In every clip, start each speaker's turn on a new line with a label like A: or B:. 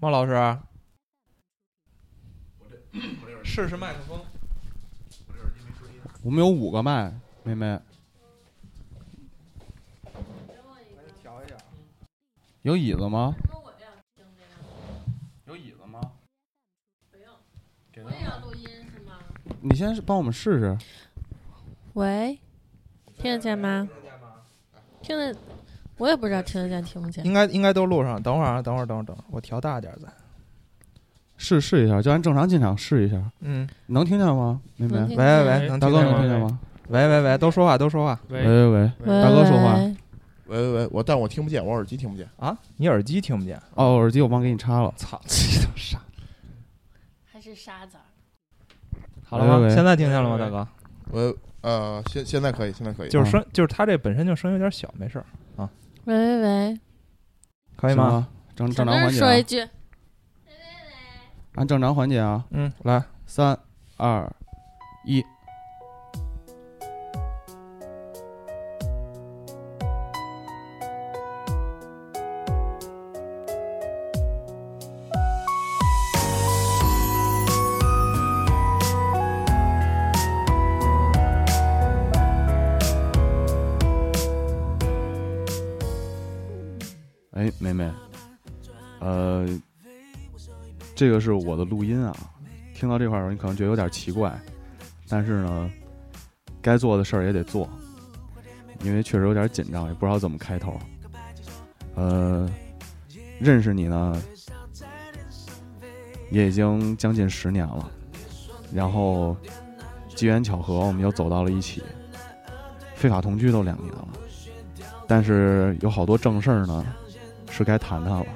A: 猫老师，试试麦克风。
B: 我们有五个麦，妹妹
A: 调一下。
B: 有椅子吗？
C: 跟我这样听这样，
B: 有椅子吗？
C: 不用。我也要录音是吗？
B: 你先帮我们试试。
C: 喂，听得见吗？听得，我也不知道听得见听不见。
A: 应该应该都录上。等会儿啊，等会儿，等会儿，等会儿，我调大点儿再。
B: 试试一下，就按正常进场试一下，
A: 嗯，
B: 能听见吗？妹妹，
C: 能听
A: 喂喂喂，
D: 哎
A: 能
B: 大
A: 听
B: 哥
A: 见
B: 能
A: 吗
B: 听？见吗？
A: 喂喂喂，都说话，都说话
B: 喂
D: 喂，
B: 喂喂，
C: 喂
B: 大哥说话
C: 喂
E: 喂喂喂，我但我听不见，我耳机听不见。
A: 啊！你耳机听不见？
B: 哦，耳机我忘给你插了。
A: 操，这都傻。
C: 还是沙子儿。
A: 好了吗？
B: 喂喂
A: 现在听见了吗，
D: 喂
A: 大
D: 喂
A: 哥？
E: 我呃，现现在可以，现在可以。
A: 嗯就是声，就是他这本身就声有点小，没事儿，
C: 喂喂喂，
A: 可以
B: 行
A: 吗？
B: 吗？正
C: 小
B: 正常
C: 声
B: 环节
C: 说一
B: 啊，
C: 句。
B: 按正常环节啊，
A: 嗯，来，
B: 三二一，哎，妹妹，呃，这个是我的录音啊，听到这块儿你可能觉得有点奇怪，但是呢，该做的事儿也得做，因为确实有点紧张，也不知道怎么开头。呃，认识你呢，也已经将近十年了，然后机缘巧合，我们又走到了一起，非法同居都两年了，但是有好多正事儿呢，是该谈谈了。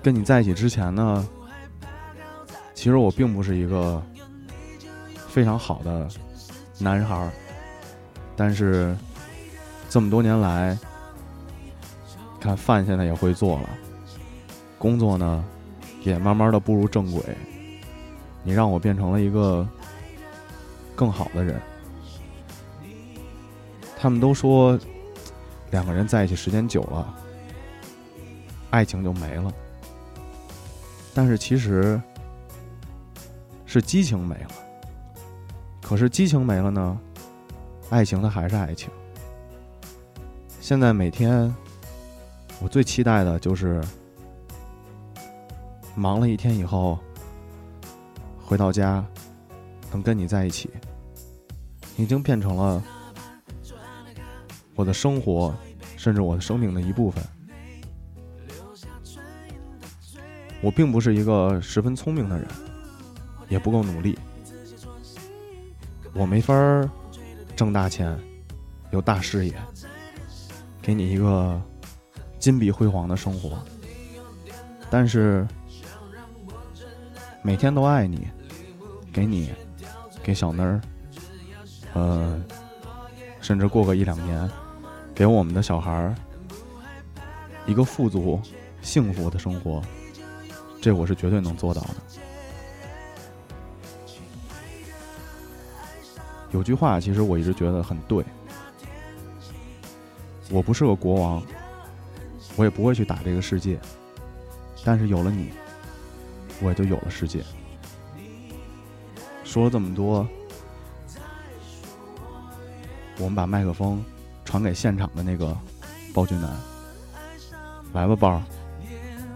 B: 跟你在一起之前呢，其实我并不是一个非常好的男孩儿，但是这么多年来，看饭现在也会做了，工作呢也慢慢的步入正轨，你让我变成了一个更好的人。他们都说，两个人在一起时间久了，爱情就没了。但是其实是激情没了。可是激情没了呢，爱情它还是爱情。现在每天，我最期待的就是忙了一天以后，回到家能跟你在一起，已经变成了我的生活，甚至我的生命的一部分。我并不是一个十分聪明的人，也不够努力，我没法儿挣大钱，有大视野，给你一个金碧辉煌的生活。但是每天都爱你，给你，给小妮儿，呃，甚至过个一两年，给我们的小孩儿一个富足、幸福的生活。这我是绝对能做到的。有句话，其实我一直觉得很对。我不是个国王，我也不会去打这个世界，但是有了你，我也就有了世界。说了这么多，我们把麦克风传给现场的那个包俊南，来吧，包儿。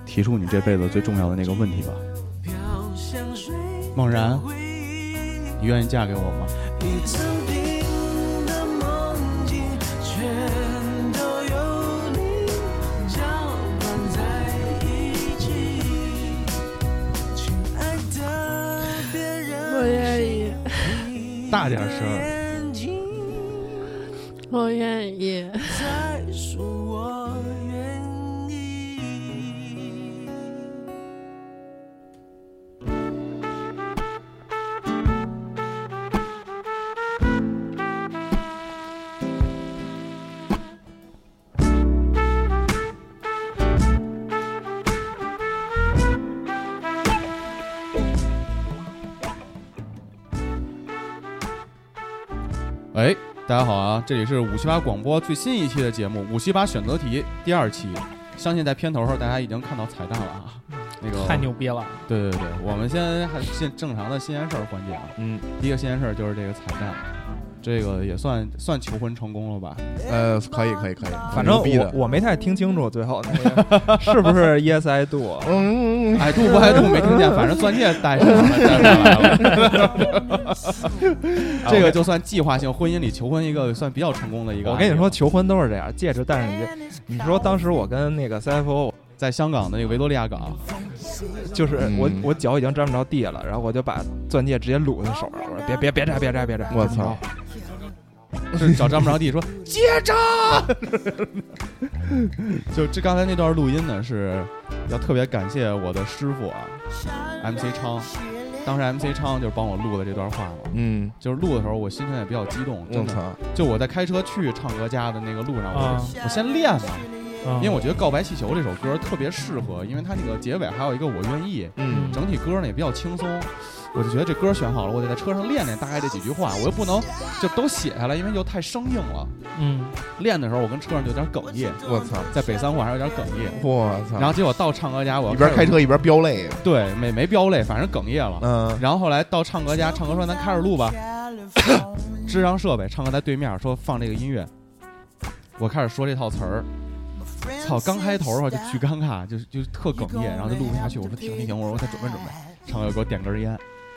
B: 提出你这辈子最重要的那个问题吧。梦然，你愿意嫁给我吗？
F: 一整天的梦境，全都有你搅拌在一起。亲爱的，别
C: 我
F: 让
C: 愿意，
F: 你
B: 大点声
F: 眼睛
C: 我愿意。
F: 再 说我愿意。
B: 哎，大家好啊，这里是五七八广播最新一期的节目《五七八选择题》第二期。相信在片头的时候大家已经看到彩蛋了啊。
A: 嗯
B: 那个
D: 太牛逼了！
B: 对对对，我们先还现正常的新鲜事儿环节啊。
A: 嗯，
B: 第一个新鲜事儿就是这个彩蛋，这个也算算求婚成功 了吧？
E: 呃，可以可以可以，
A: 反正
E: 牛逼
A: 我
E: 的。
A: 我没太听清楚最后那个是不 是 Yes I 啊 Do，
E: 嗯，嗯嗯
B: 爱度不爱度没听见，反正钻戒戴上 了，戴上来了。这个就算计划性婚姻里求婚一个算比较成功的一个。
A: 我跟你说，，求婚都是这样，戒指戴上你这，你说当时我跟那个 CFO，
B: 在香港的那个维多利亚港，
A: 就是我、
E: 嗯
A: 我脚已经沾不着地了，然后我就把钻戒直接撸他手上，我说别别别摘别摘别摘，
E: 我操！
B: 是找张不着地说接着。 就这刚才那段录音呢，是要特别感谢我的师傅啊，MC 昌，当时 MC 昌就是帮我录的这段话嘛。
E: 嗯，
B: 就是录的时候，我心情也比较激动，
E: 我
B: 真的。
E: 操，
B: 就我在开车去唱歌家的那个路上，我
D: 啊
B: 就我先练嘛，
D: 啊
B: 因为我觉得《告白气球》这首歌特别适合，因为它那个结尾还有一个我愿意，
E: 嗯
B: 整体歌呢也比较轻松，我就觉得这歌选好了，我得在车上练练大概这几句话，我又不能就都写下来，因为又太生硬了。
D: 嗯，
B: 练的时候我跟车上就有点哽咽，
E: 我操，
B: 在北三环上有点哽咽，
E: 我操！
B: 然后结果到唱歌家我要
E: 一嗯边开车一边飙泪，
B: 对没没飙泪，反正哽咽了。
E: 嗯，
B: 然后后来到唱歌家，唱歌说咱开始录 吧，支上设备，唱歌在对面说放这个音乐，我开始说这套词儿，操，刚开头的话就巨尴尬，就是就是特哽咽，然后就录不下去。我说停停停，我说我再准备准备。唱哥给我点根烟，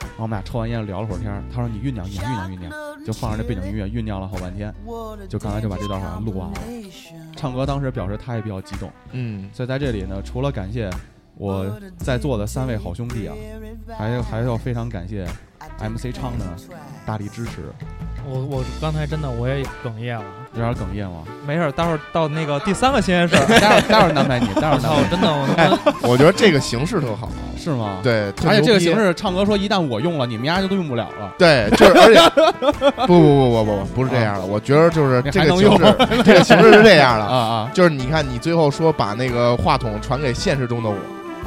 B: 然后我们俩抽完烟聊了会儿天儿，他说你酝酿，你酝酿酝酿，就放着这背景音乐酝酿了好半天，啊就刚才就把这段话录完了。唱哥当时表示他也比较激动，
E: 嗯，
B: 所以在这里呢，除了感谢我在座的三位好兄弟啊，还有还要非常感谢 MC 昌的大力支持。
D: 我我刚才真的我也哽咽 了，
B: 有点哽咽吗？
A: 没事儿，待会儿到那个第三个新鲜事儿，
B: 待会儿待会儿安排你， 待会儿安
D: 操，
B: 排
D: 真的我他妈
E: 我觉得这个形式特好，啊
B: 你，是吗？。
E: 对，特
B: 而且这个
E: 牛逼
B: 形式，唱歌说一旦我用了，你们家就都用不了了。
E: 对，就是而且 不不不不不不不是这样的，我觉得就是
B: 你
E: 这
B: 啊还
E: 个
B: 能
E: 形式， 这个形式是这样
B: 啊
E: 的，
B: 啊！
E: 就是你看你最后说把那个话筒传给现实中的我，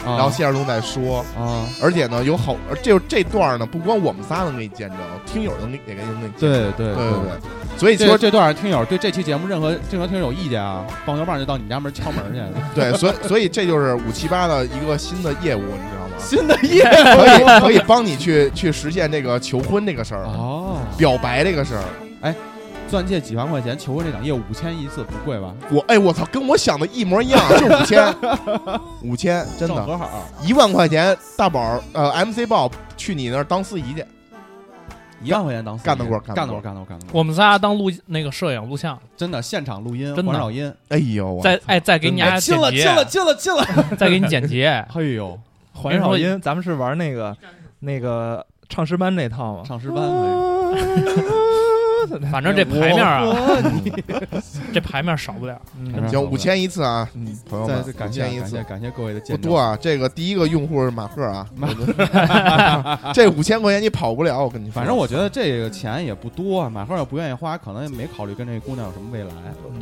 E: 然
B: 然
E: 后现实中再说，
B: 啊，
E: 而且呢有好，而就这段呢，不光我们仨能给你见证，听友能给也给你见证，
B: 对对
E: 对对对，所以
B: 这
E: 说
B: 这段听友对这期节目任何任何听友有意见啊，棒球棒就到你们家门敲门去。
E: 对，所以所以这就是五七八的一个新的业务，你知道吗？
B: 新的夜
E: 可以可以帮你去去实现这个求婚这个事儿，
B: 哦，
E: 表白这个事儿。
B: 钻戒几万块钱，求婚这档业五千一次不贵吧？
E: 我哎我操，跟我想的一模一样， 就五千，五千，真
B: 正
E: 的，
B: 和好，
E: 一万块钱大宝呃 MC 豹去你那儿当司仪去，
B: 一万块钱当司仪
E: 干得过
B: 干得
E: 干得
B: 过
E: 过
B: 干得过干得过，
D: 我们仨当录那个摄影录像，
B: 真的现场录音
D: 真的
B: 环绕音，
E: 哎呦我
D: 再哎再给你
B: 哎
D: 俩
B: 亲
D: 剪
B: 了亲了
D: 辑，
B: 亲了亲了，
D: 再给你 剪辑，
B: 哎呦，
A: 环绕音，咱们是玩那个那个唱诗班那套吗？
B: 唱诗 班哎
D: 反正这牌面啊，
E: 嗯
D: 这牌面少不了。
A: 嗯
B: 呦，
E: 行五千一次啊，
B: 嗯，
E: 朋 友
B: 再
E: 们
B: 次感
E: 五
B: 谢
E: 千一
B: 感谢
E: 次。
B: 感谢各位的
E: 不
B: 见证
E: 多啊，这个第一个用户是马赫啊， 这五千块钱你跑不了，我跟你说。
B: 反正我觉得这个钱也不多，啊，马赫也不愿意花，可能也没考虑跟这姑娘有什么未来。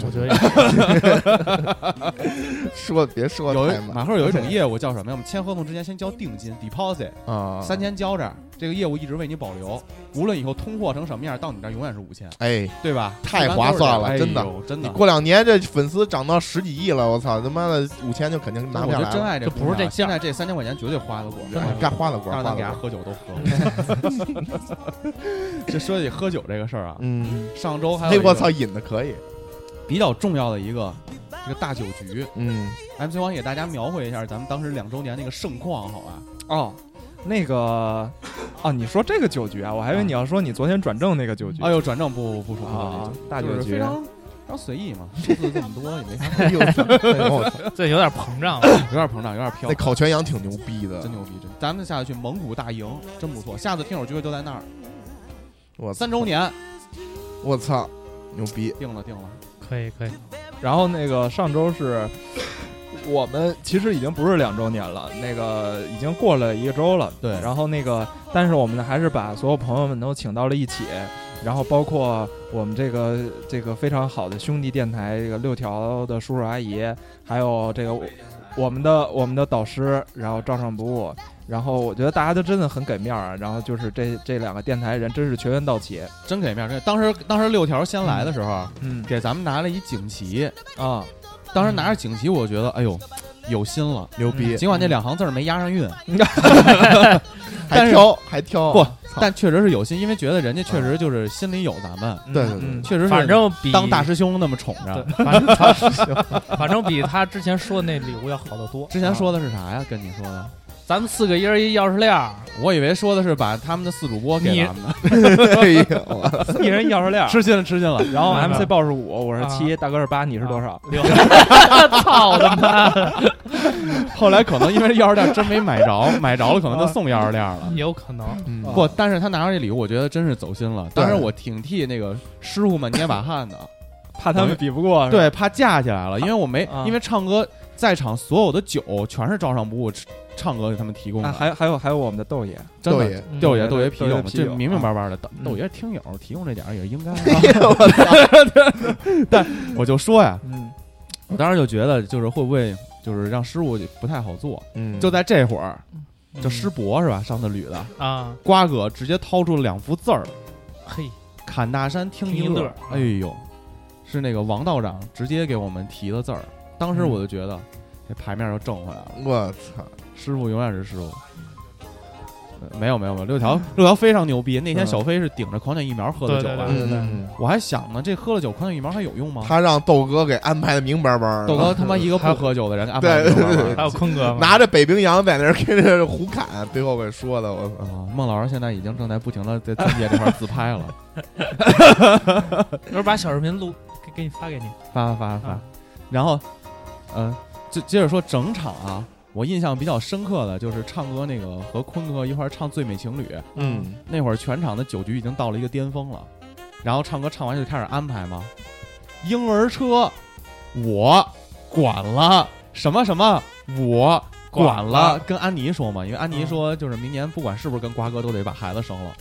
D: 我觉得
E: 说别说
B: 有
E: 太
B: 一
E: 满
B: 马赫有一种业务叫什么呀？我们签合同之前先交定金 （deposit），
E: 啊，
B: 三。千交这，这个业务一直为你保留，无论以后通货成什么样，到你这儿永远是五千，
E: 哎，
B: 对吧？
E: 太划算了
B: 哎呦
E: 真的
B: 真
E: 你
B: 的。
E: 过两年这粉丝涨到十几亿了，我操，他妈的五千就肯定拿
B: 我
E: 不下
B: 觉得
E: 来
B: 真
E: 了。哎
B: 爱这
D: 这不是
B: 姑
D: 这
B: 娘
D: 价
B: 现在这三千块钱绝对花得过，
D: 真的
E: 干花了果，
B: 让
E: 花
B: 他
E: 了
B: 给他
E: 果。
B: 喝酒都喝 了。这说起喝酒这个事儿啊，
E: 嗯，
B: 上周还
E: 哎
B: 有一
E: 我
B: 个
E: 操，引的可以。
B: 比较重要的一个这个大酒局
E: 嗯，
B: ，MC 王给大家描绘一下咱们当时两周年那个盛况，好吧？
A: 哦，那个哦，你说这个酒局啊，我还以为你要说你昨天转正那个酒局
B: 哎呦，转正不不不说
A: 啊，大酒
B: 就是非
A: 局。
B: 常非常随意 嘛，数字这么多也没啥，
E: 哎呦我操
D: 这有点膨 胀了。
B: 有点膨胀，有点飘
E: 那。烤全羊挺牛逼的
B: 真，牛逼，真！咱们下次去蒙古大营，真不错。下次听友聚会就在那儿，
E: 我操
B: 三周年
E: 我操，牛逼！
B: 定了定了。
D: 可以可以，
A: 然后那个上周是我们其实已经不是两周年了，那个已经过了一个周了。
B: 对
A: 然后那个，但是我们呢还是把所有朋友们都请到了一起，然后包括我们这个这个非常好的兄弟电台这个六条的叔叔阿姨，还有这个我我们的我们的导师，然后照上不误。然后我觉得大家都真的很给面儿啊，然后就是这这两个电台人真是全员到齐，
B: 真给面儿。真当时当时六条先来的时候，
A: 嗯
B: 给咱们拿了一锦旗，
A: 啊，
B: 当时拿着锦旗，我觉得哎呦，有心了。
E: 牛逼，
B: 尽管
A: 嗯
B: 那两行字儿没押上韵，但
E: 还
B: 是
E: 挑还挑，啊
B: 不
E: 操
B: 但确实是有心，因为觉得人家确实就是心里有咱们，
E: 对对对
A: 嗯
B: 确实是
D: 反正比
B: 当大师啊兄那么宠着。
D: 对反正反反正比他之前说的那礼物要好得多。啊
B: 之前说的是啥呀？跟你说的，
D: 咱们四个一人一钥匙链儿，
B: 啊我以为说的是把他们的四主播给
D: 你
B: 咱们的，
E: 哎呦，
A: 一人一钥匙链儿，
B: 吃惊了，吃惊了。
A: 然后
D: 明白啊
A: MC 报是五，我是七，大哥是八，你是多少？
D: 六， 操我的妈！
B: 后来可能因为钥匙链真没买 着，买着了可能就送钥匙链了。
D: 有可能，
E: 嗯
A: 啊
B: 不，但是他拿着这礼物，我觉得真是走心了。当时我挺替那个师傅们捏把汗的，
A: 怕他们比不过，
B: 对，怕架起来了，因为我没
A: 啊，
B: 因为唱歌在场所有的酒全是照上不误唱歌给他们提供
A: 啊，
B: 的，
A: 还还有还有我们的豆爷，
B: 真
E: 豆
B: 的。
E: 爷，
B: 豆爷，
A: 嗯
B: 豆爷啤
A: 豆
B: 酒
A: 爷
B: 嘛，
A: 啤
B: 这
A: 酒
B: 明明白白的。豆
A: 嗯
B: 豆爷听友提供这点儿也是应该的。
E: 我
B: 我就说呀，
A: 嗯，
B: 我当时就觉得，就是会不会就是让师傅不太好做。
E: 嗯
B: 就在这会儿，
D: 嗯
B: 就师伯是吧？上次捋的，
D: 啊，
B: 瓜哥直接掏出了两幅字儿，
D: 嘿，
B: 侃大山听
D: 听一
B: 一
D: 乐
B: 乐，哎呦，是那个王道长直接给我们提的字儿。当时我就觉得这牌面又挣回来了，
E: 我操，
B: 师傅永远是师傅。呃没有没有没有，六条六条非常牛逼。那天
A: 嗯
B: 小飞是顶着狂犬疫苗喝的酒
D: 对对
B: 啊
D: 对，
E: 嗯，
B: 我还想呢，这喝了酒狂犬疫苗还有用吗？
E: 他让豆哥给安排的明白白的，
B: 啊豆哥他妈一个不喝酒的人安排
E: 对
B: 你干嘛
E: 对
D: 还有坤哥嘛，
E: 拿着北冰洋在那儿跟着胡侃，最后给说的，我操，
B: 啊，孟老师现在已经正在不停的在自己这块儿自拍了，
D: 一会儿把小视频录给给你发给你。
B: 发发发发
D: 啊。
B: 然后，嗯、接接着说整场啊，我印象比较深刻的就是唱歌那个和坤哥一块儿唱《最美情侣》
E: 嗯，
B: 那会儿，全场的酒局已经到了一个巅峰了。然后唱歌唱完就开始安排嘛，婴儿车我管了，什么什么我管
D: 管了
B: 跟安妮说嘛，因为安妮说就是明年不管是不是跟瓜哥都得把孩子生了。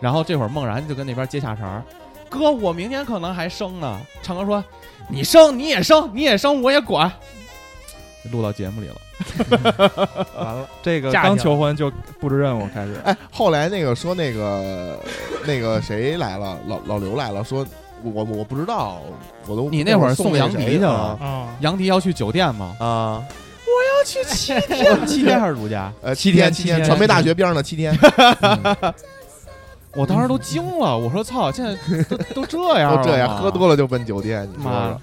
B: 然后这会儿孟然就跟那边接下茬儿，哥，我明年可能还生呢。唱歌说你生你也生你也生我也管，录到节目里了。
A: 完了，这个
D: 架起来
A: 刚求婚就布置任务开 始，
E: 哎，后来那个说那个那个谁来了，老老刘来了，说我我不知道，我都
B: 你那会儿
E: 送
B: 送杨迪去了
D: 啊，
B: 杨迪要去酒店嘛，
E: 啊，
B: 要去七天 七天还是如家？
E: 呃，
D: 七
E: 七
D: 天
E: 七
D: 七天
E: 传媒大学边上的七天，
B: 我当时都惊了，我说操，现在都都这样了
E: 都
B: 吗，
E: 这样，喝多了就奔酒店，你说
B: 哎啊妈
E: 说。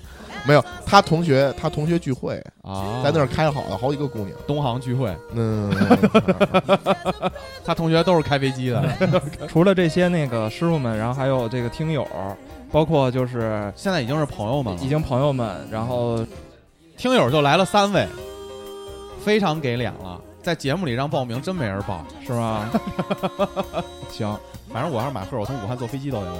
E: 没有，他同学他同学聚会，
B: 啊，
E: 在那儿开好了好几个姑娘，
B: 东航聚会，
E: 嗯，
B: 他同学都是开飞机的，
A: 除了这些那个师傅们，然后还有这个听友，包括就是
B: 现在已经是朋友们了，
A: 已经朋友们，然后
B: 听友就来了三位，非常给脸了，在节目里让报名真没人报，
A: 是吗？行，
B: 反正我要是马赫，我从武汉坐飞机都 得来。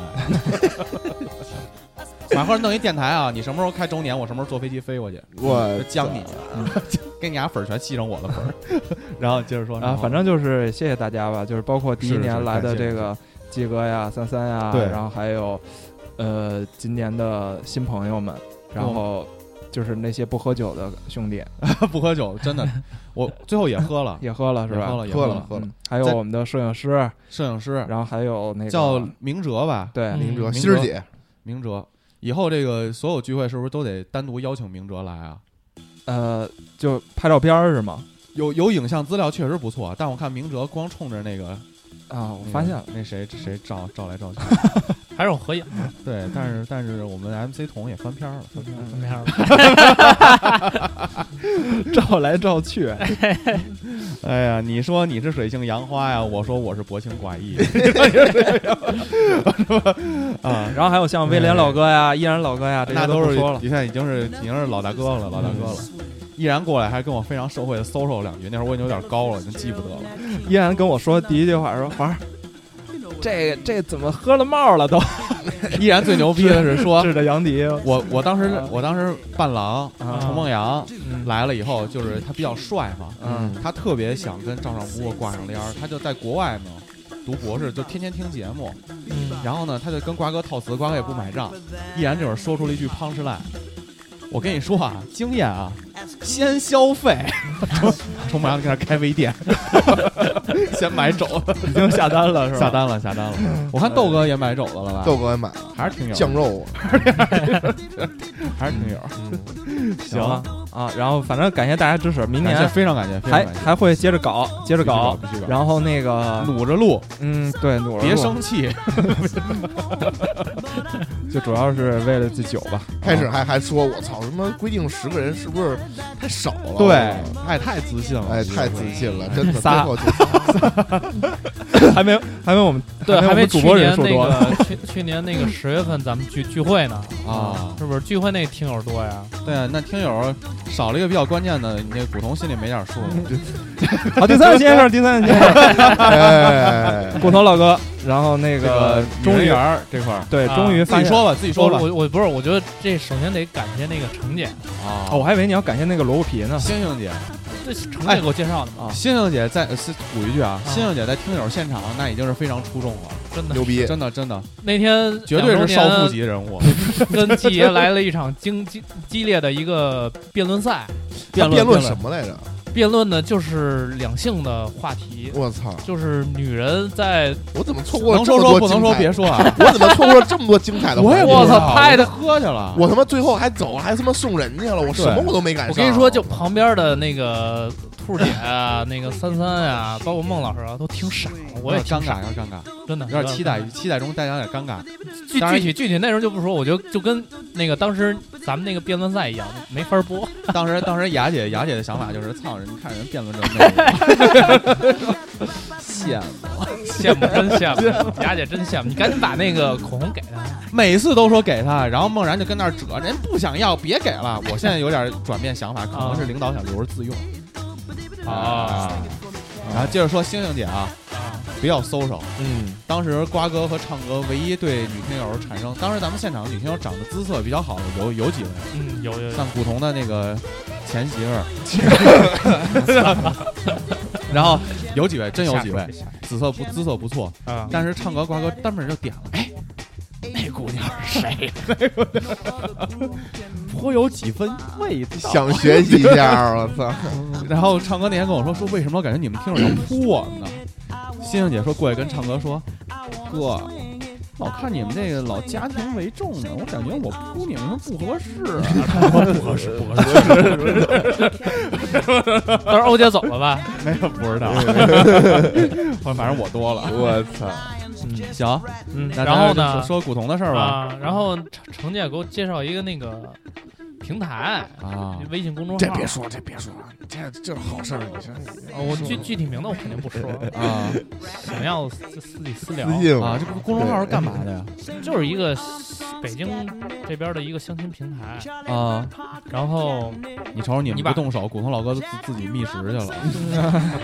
B: 马赫弄一电台啊，你什么时候开周年，我什么时候坐飞机飞过去，
E: 我
B: 就将你，
A: 啊
B: 啊给你俩粉儿全吸成我的粉儿， 然后接着说
A: 啊，反正就是谢谢大家吧，就是包括第一
B: 是是
A: 年来
B: 感
A: 的
B: 谢
A: 这个鸡哥呀、三三呀，
B: 对
A: 然后还有呃今年的新朋友们，然后就是那些不喝酒的兄弟
B: 他不喝酒，真的，我最后也喝了，
A: 也喝了是
B: 也喝
A: 吧？
B: 了，也
E: 喝
B: 喝
E: 了
B: 了，
E: 喝了
A: 嗯，还有
B: 在
A: 我们的摄影师，
B: 摄影师
A: 然后还有那个
B: 叫明哲吧，
A: 对
D: 嗯
E: 明哲
B: 明
E: 心儿
B: 哲
E: 姐，
B: 明哲，以后这个所有聚会是不是都得单独邀请明哲来啊？
A: 呃就拍照片儿是吗？
B: 有有影像资料确实不错，但我看明哲光冲着那个，
A: 啊，我
B: 那个
A: 发现了，
B: 那谁谁照照来照去，
D: 还是有合影，
B: 对，但是但是我们 MC 童也翻 篇了，翻篇了。
D: 没样
A: 照来照去，
B: 哎呀，你说你是水性杨花呀，我说我是薄情寡义，啊，
A: 然后还有像威廉老哥呀、依然老哥呀，这
B: 那
A: 些
B: 都
A: 哎不
B: 是
A: 说了。嗯
B: 现在已经是已经是老大哥了，老大哥了。依然过来还跟我非常社会的搜搜两句，那会儿我已经有点高了，已经记不得 了。
A: 依然跟我说第一句话说：“华儿， 这这怎么喝了帽了都
B: 依然最牛逼的是？” 说，
A: 指着杨迪，
B: 我我当时我当时伴郎
A: 啊
B: 程梦阳
A: 嗯
B: 来了以后，就是他比较帅嘛，
A: 嗯
B: 他特别想跟赵尚武挂上联儿，他就在国外嘛读博士，就天天听节目，然后呢，他就跟瓜哥套词，瓜哥也不买账，毅然这会儿说出了一句 punch line，我跟你说啊，经验啊，
A: 先消 费，
B: 冲马上开始开微店， 先买肘子，
A: 已经下单了是吧？
B: 下单了，下单了。我看豆哥也啊买肘子了吧？
E: 豆哥也买了
B: 还是挺有，
E: 酱肉，啊嗯
B: 还是挺有。
A: 行啊啊，然后反正感谢大家支持，明
B: 感谢，
A: 年
B: 非常感谢，非常
A: 还
B: 感谢。
A: 还会接着搞，接着搞
B: 必须搞必须。搞
A: 然后那个，
B: 努着录，
A: 嗯，对，努着
B: 别
A: 录，
B: 生气。
A: 就主要是为了这酒吧。
E: 开始还还说我操，他妈规定十个人是不是太少了？
A: 对
B: 太太自信了，
E: 哦哎，太自信了，真 的。
A: 仨
E: 最后就
A: 还没有还没我们
D: 对，
A: 还没
D: 还
A: 我
D: 没
A: 们主
D: 去
A: 播人
D: 年
A: 数
D: 那
A: 多呢。
D: 个去去年那个十月份咱们聚聚会呢，
B: 啊！
D: 是不是？聚会那听友多呀，
B: 对啊，那听友少了一个比较关键的，你这古潼心里没点数吗？
A: 好，第三个先 生，第三个先生，
E: 哎，
A: 骨头老哥，然后那
B: 这
A: 个
B: 个
A: 终于
B: 园儿这块儿，
A: 对，
D: 啊
A: 终于
B: 自
A: 发
B: 己
A: 现
B: 说吧，自己说吧
D: 我。我我不是，我觉得这首先得感谢那个程姐，
B: 啊
A: 哦，我还以为你要感谢那个萝卜皮呢。
B: 星星姐，
D: 这是程姐给我介绍的嘛，
B: 星星姐在呃是补一句啊，星星姐在听友现场那已经是非常出众了，
D: 真的
E: 牛逼！
B: 真的真的，
D: 那天
B: 绝对
D: 两周
B: 是
D: 年
B: 少妇级人物。
D: 跟季爷来了一场激 激激烈的一个辩论赛，
E: 他
B: 辩
E: 辩
B: 论
E: 论什么来着？
D: 辩论呢就是两性的话题，
E: 我操！
D: 就是女人在
E: 我怎么错过了
B: 能
E: 这
B: 说
E: 么
B: 说
E: 多
B: 不能
E: 精
B: 说
E: 彩
B: 别
E: 的？
B: 说啊！
E: 我怎么错过了这么多精彩的环节？啊
D: 我操太
B: 太喝去了，
E: 我他妈最后还走，还他妈送人去了，我什么我都没
B: 啊
E: 赶上。
D: 我跟你说，就旁边的那个兔姐啊，那个三三啊，包括孟老师啊，都挺傻，我也
B: 有点
D: 挺
B: 尴尬，
D: 傻，
B: 有点尴尬，
D: 真的
B: 有点期待，。期待中大家有点尴尬。
D: 具
B: 当
D: 具
B: 然
D: 体具体内容就不说，我觉得就跟那个当时咱们那个辩论赛一样，没法 播。
B: 当时当时雅姐雅姐的想法就是，操人，你看人辩论这么累， 羡慕。
D: 羡慕，真羡慕，雅姐真羡慕。你赶紧把那个口红给她。
B: 每次都说给他，然后梦然就跟那儿折，人不想要，别给 了。我现在有点转变想法，可能是领导想留着自用。
D: 啊，
B: 然后接着说星星姐啊，比较 social。
A: 嗯，
B: 当时瓜哥和唱哥唯一对女听友产生，当时咱们现场女听友长得姿色比较好的有有几位，
D: 嗯，有有有
B: 像古潼的那个前媳妇儿， 然后有几位真有几位姿色不姿色不错，
D: 啊，
B: 但是唱歌瓜哥单门就点了，哎，那姑娘是谁？颇有几分味道。
E: 想学习一下，我 操！
B: 然后唱歌那天跟我说，说为什么感觉你们听着要扑我们呢？星星姐说过去跟唱歌说，哥，老看你们这个老家庭为重的，我感觉我扑你们是不合适、啊。
D: 合适不合适。到时候欧姐走了吧？
B: 没有不知道，反正我多了。
E: 我操！
B: 嗯，行，
A: 嗯
B: 那
D: 然后呢
B: 咱就说说古潼的事儿吧。
D: 啊，然后程程姐给我介绍一个那个平台，
B: 啊，
D: 微信公众号。
E: 这别说，这别说，这这好事儿，你说
D: 啊，我具具体名字我肯定不 说，
B: 啊
D: 想要私私底私聊，
E: 自信
B: 啊！这不公众号是干嘛的呀？
D: 就是一个北京这边的一个相亲平 台，
B: 啊，
D: 然后
B: 你瞅瞅你
D: 你
B: 们
D: 把
B: 不动手，古潼老哥自自己觅食去了，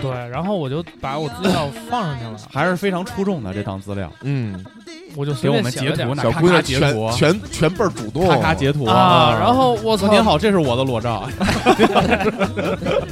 D: 对，然后我就把我资料放上去了，
B: 还是非常出众的这档资料，
E: 嗯，
D: 我就
B: 给
D: 随
B: 我
D: 便
B: 们
D: 写
B: 截
D: 了点
B: 图
D: 儿
B: 呢，
E: 小
B: 咔
E: 姑
B: 咔
E: 娘
B: 截
E: 全
B: 图，
E: 全全倍儿主动，
B: 咔咔截图
D: 啊，然后我
B: 说
D: 操，
B: 您好，这是我的裸 照，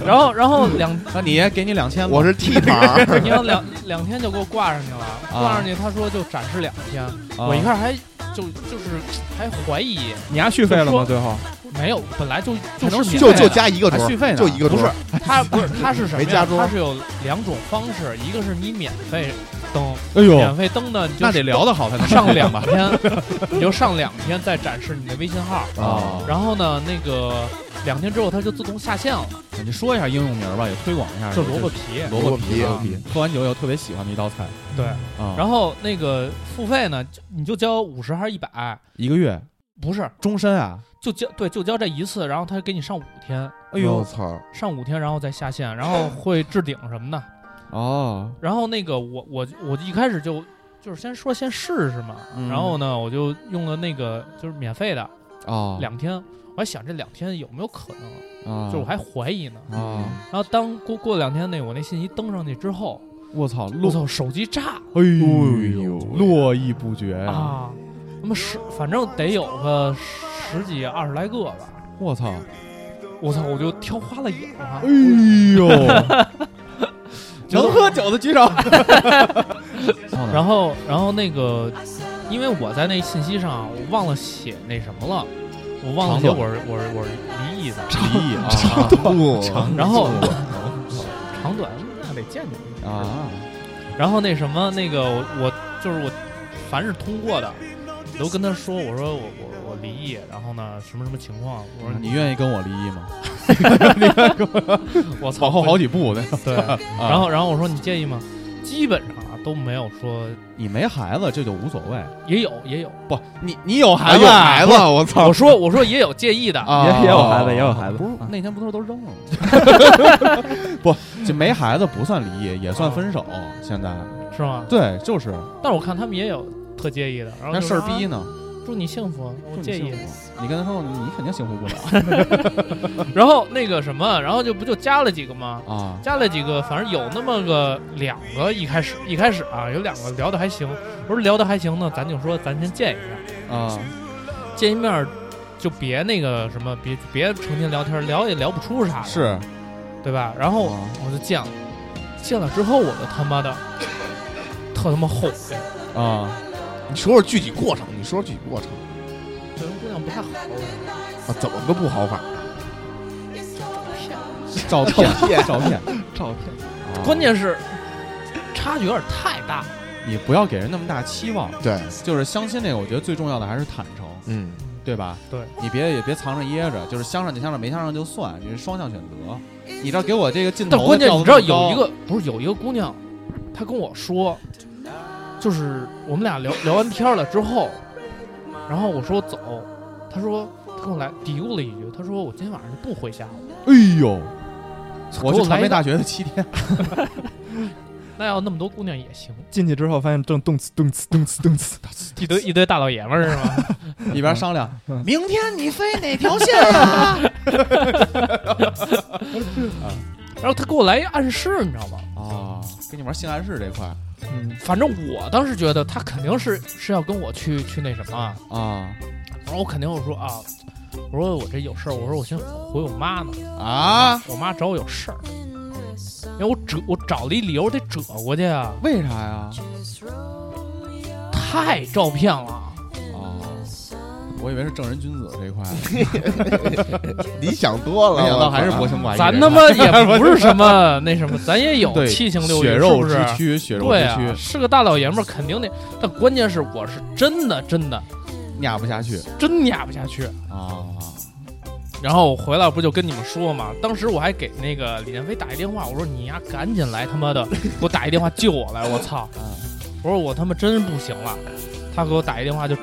D: 然后然后两
B: 那你也给你两千吧，
E: 我是 T 牌 儿，
D: 你要两两天就给我挂上去了，挂上去他说就展示两天，
B: 啊
D: 我一看还就就是还怀疑，
A: 你丫续费了
D: 就
A: 吗？
D: 说
A: 最后
D: 没有，本来就
B: 还能
D: 就是免
E: 就
D: 费
E: 就
D: 的
E: 加一个
B: 还
E: 桌
B: 续，费呢，
E: 就一个
D: 不
E: 桌
D: 是，它不是它是什么
E: 没加
D: 呀？
E: 桌
D: 它是有两种方式，一个是你免费登，
B: 哎
D: 免
B: 呦，
D: 费登呢，你就
B: 那得聊得好才能
D: 上两
B: 吧
D: 天， 你就上两天再展示你的微信号，
B: 啊！
D: 然后呢，那个两天之后它就自动下线了，
B: 你说一下应用名吧，也推广一下，
D: 就萝卜皮。
B: 萝卜
E: 萝卜皮
B: 啊喝完酒以后特别喜欢的一道菜
D: 对，
B: 啊。
D: 然后那个付费呢，就你就交五十还是一百？
B: 一个月
D: 不是，
B: 终身啊，
D: 就交对，就交这一次，然后他给你上五天，
B: 哎
E: 我
B: 呦
E: 操！
D: 上五天，然后再下线，然后会置顶什么的。
B: 哦，
D: 然后那个我我我一开始就就是先说先试试嘛，
B: 嗯
D: 然后呢我就用了那个就是免费的
B: 哦，
D: 两天，我还想这两天有没有可能，
B: 啊，
D: 就是我还怀疑呢。
B: 啊，
D: 然后当过过两天那我那信息登上去之后，
B: 我操，
D: 我
B: 落
D: 操手机炸了
B: 哎
E: 呦
B: 呦，络绎不绝哎呀！
D: 啊！那么十反正得有个十几二十来个吧，
B: 我操，
D: 我操我就挑花了眼啊了。
B: 哎呦，能喝 酒的举 手。
D: 然
B: 后
D: 后，然后那个，因为我在那信息上我忘了写那什么了，我忘了
B: 长
D: 结
B: 短
D: 果是我是我是离异的，
B: 离异啊
D: 长
E: 不，
D: 然后长短那得见见你
B: 啊，
D: 然后那什么，那个我我就是我，凡是通过的，都跟他说，我说我我我离异，然后呢什么什么情况，我说
B: 嗯你愿意跟我离异吗？
D: 我操，
B: 往后 好几步呢。
D: 对， 然后然后我说你介意吗？基本上啊都没有说，
B: 你没孩子这就无所谓，
D: 也有也 有，
B: 不，你你啊有孩子，
D: 有孩
B: 子，我操
D: 我说我说也有介意的，
B: 啊，
A: 也也有孩子，也有孩子
B: 不是
A: 啊
B: 那天不都都扔了吗？ 不，这没孩子不算离异，也算分手。现在
D: 是吗？
B: 对，就是
D: 但是我看他们也有特介意的，然后
B: 那
D: 就
B: 事儿
D: 说
B: 逼，呢，
D: 啊祝你幸福，我
B: 祝你
D: 介意
B: 嗯幸。福你跟他说你肯定幸福不 了
D: 然后那个什么，然后就不就加了几个吗？
B: 啊。
D: 加了几个，反正有那么个两个，一开始一开始啊，有两个聊的还行。我说聊的还行呢，咱就说咱先见一面，
B: 啊，
D: 见一面儿就别那个什么，别别成天聊天，聊也聊不出啥来，
B: 是
D: 对吧？然后
B: 啊
D: 我就见了，见了之后我就他妈的 特他妈后悔，
B: 啊，
E: 你说说具体过程，你说说具体过程
D: 这姑娘不太好，
E: 啊，怎么个不好法？
B: 照片照片，
D: 照片，
B: 啊
D: 关键是差距有点太大了。
B: 你不要给人那么大期望。
E: 对，
B: 就是相亲这个，我觉得最重要的还是坦诚，
E: 嗯，
B: 对吧？
D: 对，
B: 你别也别藏着掖着，就是相上就相上，没相上就算，你是双向选择。你这给我这个劲头，
D: 但关键你知道有一个不是有一个姑娘，她跟我说，就是我们俩聊聊完天了之后，然后我说走，她说她跟我来嘀咕了一句，她说我今天晚上就不回家了，
B: 哎呦，我去
D: 给我来
B: 传
D: 一
B: 媒
D: 个
B: 大学的七天，
D: 那要那么多姑娘也行，
A: 进去之后发现正动次动次动次动次，
D: 一堆一堆大老爷们儿是吗？
B: 一边商量，明天你飞哪条线啊？
D: 然后她给我来一暗示，你知道吗？
B: 啊，跟你玩性暗示这块儿
A: 嗯，
D: 反正我当时觉得她肯定是是要跟我去去那什么啊，
B: 啊
D: 然后我肯定我说啊，我说我这有事儿，我说我先回我妈呢。
B: 啊？
D: 我妈找我有事儿，因为我折我找了一理由得折过去啊，
B: 为啥呀？
D: 太照骗了。
B: 啊，我以为是正人君子这一块儿，
E: 你想多 了，
B: 没想到还是薄情寡义。
D: 咱他妈 也不是什么那什么，咱也有
B: 对
D: 七情六欲，
B: 血
D: 是
B: 肉
D: 不
B: 之
D: 是？
B: 躯，血肉
D: 对
B: 之
D: 啊，
B: 躯，
D: 是个大老爷们儿，肯定得。但关键是，我是真的真的
B: 压不下去
D: 真压不下去。
B: 啊。
D: 然后我回来不就跟你们说嘛，当时我还给那个李建飞打一电话，我说你呀赶紧来他妈的给我打一电话救我来，我操！
B: 嗯
D: 我说我他妈真不行了，他给我打一电话就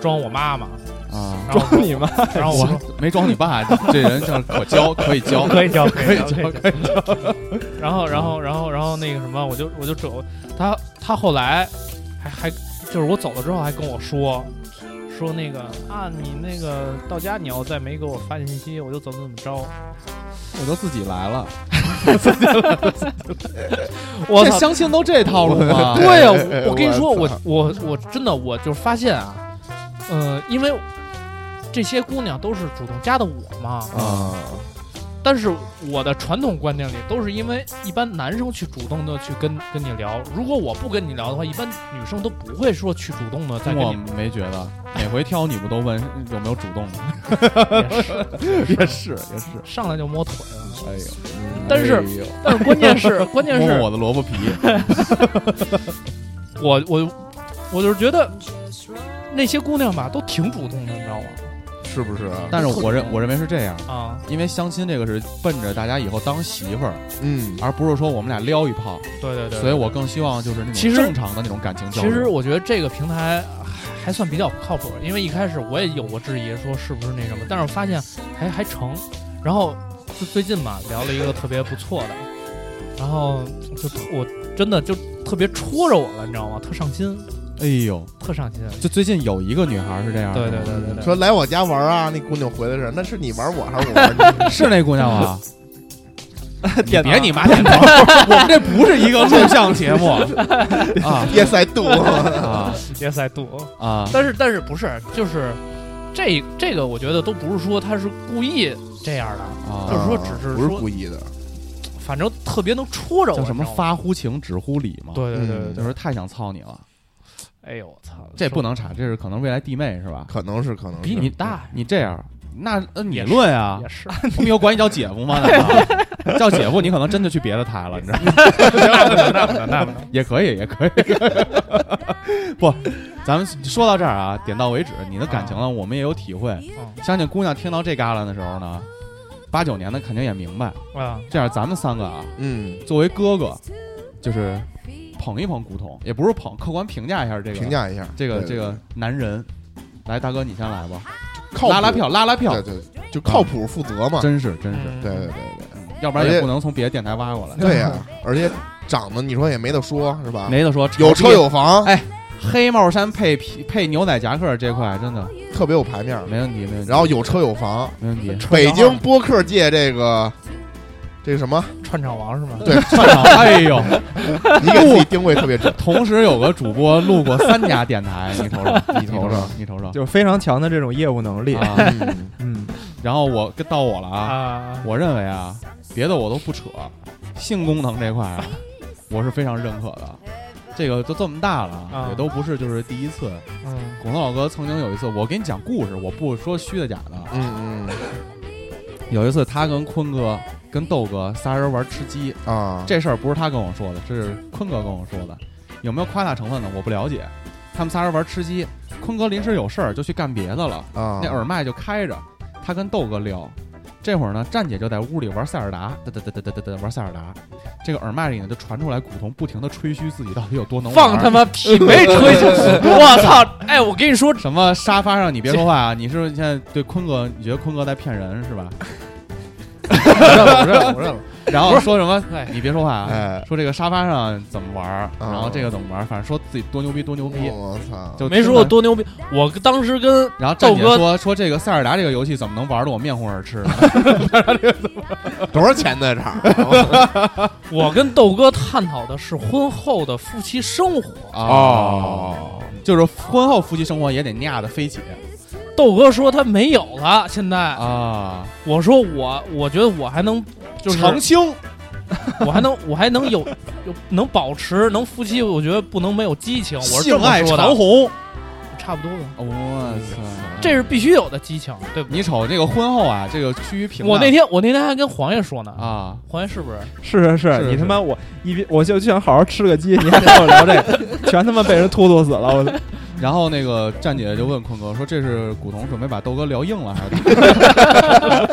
D: 装我妈妈，
B: 啊，
D: 然后我
A: 装你妈！
D: 然后我说
B: 没装你爸，这人就是可教，可以教，
D: 可以教，可
B: 可
D: 以
B: 以
D: 教，
B: 教，
D: 可以教。 然后，然后，然后，然后那个什么，我就我就折他，他后来还还就是我走了之后还跟我说说那个啊，你那个到家你要再没给我发信息，我就怎么怎么着。
B: 我都自己来了。
D: 我
B: 这
D: 操！
B: 相亲都这套路啊吗？
D: 对呀、
E: 哎哎哎
D: 我我跟你说，
E: 我
D: 我
E: 操
D: 我我真的我就发现啊，呃，因为这些姑娘都是主动加的我嘛，
B: 嗯
E: 啊，
D: 但是我的传统观念里，都是因为一般男生去主动的去跟跟你聊，如果我不跟你聊的话，一般女生都不会说去主动的再跟
B: 我
D: 你。
B: 没觉得，每回挑你不都问有没有主动的？
D: 也是
B: 也是也是，
D: 上来就摸腿了，
B: 哎呦，
D: 但是
E: 哎呦
D: 但是关键是关键
B: 摸摸
D: 是
B: 我的萝卜皮，
D: 我我我就是觉得那些姑娘吧都挺主动的，你知道吗？
E: 是啊不是？
B: 但是我认我认为是这样，
D: 啊，
B: 因为相亲这个是奔着大家以后当媳妇儿，
E: 嗯，
B: 而不是说我们俩撩一炮，
D: 对对对，
B: 所以我更希望就是那
D: 其
B: 种
D: 实
B: 正常的那种感情交
D: 其实
B: 流。
D: 我觉得这个平台还还算比较靠谱，因为一开始我也有过质疑，说是不是那什么，但是我发现还还成。然后就最近嘛，聊了一个特别不错的，然后就特我真的就特别戳着我了，你知道吗？特上心，
B: 哎呦，
D: 特上心。
B: 就最近有一个女孩是这样
D: 对
B: 的，
D: 对对对对，
E: 说来我家玩啊，那姑娘回来是，那是你玩我还是我玩你？
B: 是那姑娘 吗？
D: 你别你妈点 头，
B: 我们这不是一个录像节 目啊
E: yes I do，
B: 啊
D: 别塞肚。
B: 啊！
D: 但是但是不是就是这这个，我觉得都不是说他是故意这样的，
B: 啊
D: 就是说只是
E: 不是
D: 说
E: 故意的，
D: 反正特别能戳着我。
B: 叫什么
D: 你知道吗？
B: 发乎情止乎礼嘛，，
D: 啊对对对对
E: 嗯
D: 对，
B: 就是太想操你了，
D: 哎呦我操，
B: 这不能查，这是可能未来弟妹是吧？
E: 可能是可能是
D: 比你大呀
B: 你这样，那呃你论啊
D: 也，是，
B: 他们有管你叫姐夫吗？难道叫姐夫，你可能真的去别的台了，你知道吗？
D: 那不能，那不能，
B: 也可以，也可以。 不，咱们说到这儿啊，点到为止。你的感情呢，我们也有体会。
D: 嗯
B: 相信姑娘听到这旮旯的时候呢，八九年的肯定也明白。
D: 啊，
B: 这样，咱们三个啊，
E: 嗯，
B: 作为哥哥，就是捧一捧古潼，也不是捧，客观评价一下这个
E: 评价一下
B: 这个
E: 对
B: 这个男人。来，大哥，你先来吧，
E: 靠谱
B: 拉拉票，，拉拉票
E: 对，对，对就靠谱负责嘛，
B: 真是真 是，
D: 嗯
E: 对对对对
B: 要不然
E: 而
B: 也
E: 且
B: 不能从别的电台挖过来。
E: 对呀，而且长得你说也没得说是吧？
B: 没得说，
E: 有
B: 啊车
E: 车有房
B: 哎，黑帽衫配皮配牛仔夹克这块真的
E: 特别有排面儿，
B: 没问题，没问题。
E: 然后有车有房，
B: 没问 题，
E: 北京播客界这个这个什么，
D: 串场王是吗？
E: 对，
B: 串场，哎呦，
E: 你给自己定位特 别准，
B: 同时有个主播录过三家电台，你 瞅瞅，你瞅瞅，你瞅瞅。
A: 就是非常强的这种业务能力。
B: 啊，
A: 嗯，
B: 然后我到我了啊，
D: 啊，
B: 我认为啊，别的我都不扯，性功能这块啊，我是非常认可的。这个都这么大了
D: 啊，
B: 也都不是就是第一次。
D: 嗯，
B: 孔子老哥曾经有一次，我给你讲故事，我不说虚的假的。
E: 嗯
B: 有一次，他跟坤哥、跟豆哥仨人玩吃鸡，
E: 嗯啊，
B: 这事儿不是他跟我说的，这是坤哥跟我说的。有没有夸大成分呢？我不了解。他们仨人玩吃鸡，坤哥临时有事儿就去干别的了，
E: 啊
B: 那耳麦就开着，他跟豆哥聊。这会儿呢，站姐就在屋里玩塞尔达，哒哒哒哒哒哒哒玩塞尔达。这个耳麦里呢就传出来古潼不停的吹嘘自己到底有多能玩
D: 放他妈 屁，没吹去，我操！ 哎，我跟你说，
B: 什么沙发上你别说话啊！你是不是现在对坤哥，你觉得坤哥在骗人是吧？
E: 不认了，不认了，不认了，
B: 然后说什么
D: 哎，
B: 你别说话啊！
E: 哎，
B: 说这个沙发上怎么玩儿，
E: 啊
B: 然后这个怎么玩儿，反正说自己多牛逼多牛逼，
E: 我操，
B: 就
D: 没说
B: 过
D: 过。多牛逼。我当时跟
B: 然后站姐
D: 豆哥
B: 说说这个塞尔达这个游戏怎么能玩的我面红耳 赤呢？
E: 多少钱在这儿？
D: 我跟豆哥探讨的是婚后的夫妻生活。
B: 哦，啊就是婚后夫妻生活也得那的飞起
D: 豆哥说他没有了，现在
B: 啊，
D: 我说我，我觉得我还能，就是
B: 长青
D: 我还能，我还能有，有能保持，能夫妻，我觉得不能没有激情。我是
B: 性
D: 这么
B: 爱
D: 说
B: 长嗯
D: 的，
B: 虹。
D: 差不多吧。
B: 我操，
D: 这是必须有的激情，对不对？
B: 你瞅这个婚后啊，这个趋于平淡。
D: 我那天我那天还跟黄爷说呢，
B: 啊，
D: 黄爷是不是？
A: 是是
B: 是
A: 是，你
B: 是
A: 他妈我一边我就想好好吃个鸡，你还跟我聊这个， 全他妈被人突突死了。我
B: 然后那个站姐就问坤哥说：“这是古潼准备把豆哥聊硬了还是怎么？”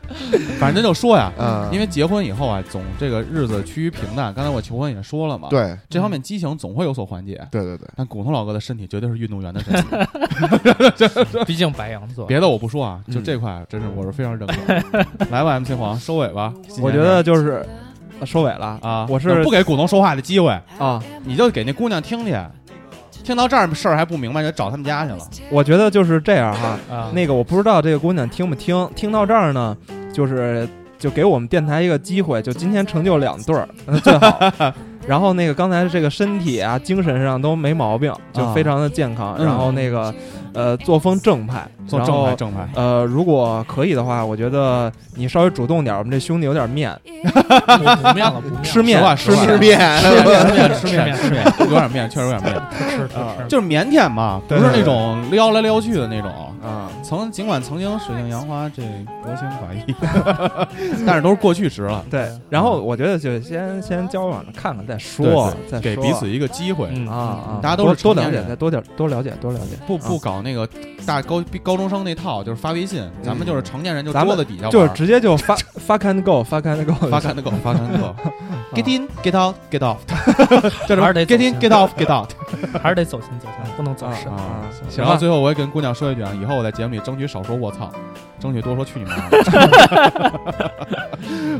B: 反正就说呀，
E: 嗯，
B: 因为结婚以后啊，总这个日子趋于平淡。刚才我求婚也说了嘛，，
E: 对
B: 这方面激情总会有所缓解。
E: 对对对，
B: 但古潼老哥的身体绝对是运动员的身体，
D: 毕竟白羊座，
B: 别的我不说啊，就
E: 嗯
B: 这块真是我是非常认 可。来吧，MC 黄，收尾吧。今
A: 我
B: 天
A: 觉得就是呃收尾了
B: 这啊，
A: 我是
B: 不给古潼说话的机会，
A: 啊，
B: 你就给那姑娘听去，听到这儿事儿还不明白，就找他们家去了。
A: 我觉得就是这样哈。
D: 啊，
A: 那个我不知道这个姑娘听不听，听到这儿呢，就是就给我们电台一个机会，就今天成就两对儿，那最好。 然后那个刚才这个身体啊、精神上都没毛病，就非常的健康。
B: 嗯
A: 然后那个呃作风正派，
B: 做
A: 然
B: 正
A: 后
B: 牌正牌，
A: 呃，如果可以的话，我觉得你稍微主动点儿，我们这兄弟有点面，
D: 我不面了，不面了
A: 吃
B: 实话
A: 面，
B: 实话
A: 面，
B: 吃 面
E: 吃面，
B: 吃
D: 吃
B: 面
D: 面
B: 吃面，有点面，确实有点面，
D: 不吃不吃，
B: 就是腼腆嘛，不
A: 对
B: 是那种撩来撩去的那种。
A: 啊，
B: 曾尽管曾经水性杨花，这薄情寡义， 但是都是过去时了。
A: 对。然后我觉得就先先交往着看看再
B: 对
A: 说，再
B: 给
A: 说
B: 彼此一个机会，
D: 嗯
A: 啊啊，
B: 大家都
A: 多
B: 是
A: 多
B: 成
A: 了
B: 年
A: 解
B: 人，
A: 再多点多了解多了解，
B: 不不搞那个大高高中生那套，就是发微信，嗯咱们就是成年人就
A: 咱们
B: 桌子底下玩
A: 就是直接就 发发 can go 发 can go
B: 发刊的狗，发刊的 狗，get in get out get out，叫什么
D: 还是
B: 嗯
D: 得
B: get in
D: 走
B: get out get out
D: 还是得走心走心，不能走
A: 啊
D: 神。
A: 啊，行
B: 然后
A: 吧，
B: 最后我也跟姑娘说一句啊，以后我在节目里争取少说我操，争取多说去你妈的。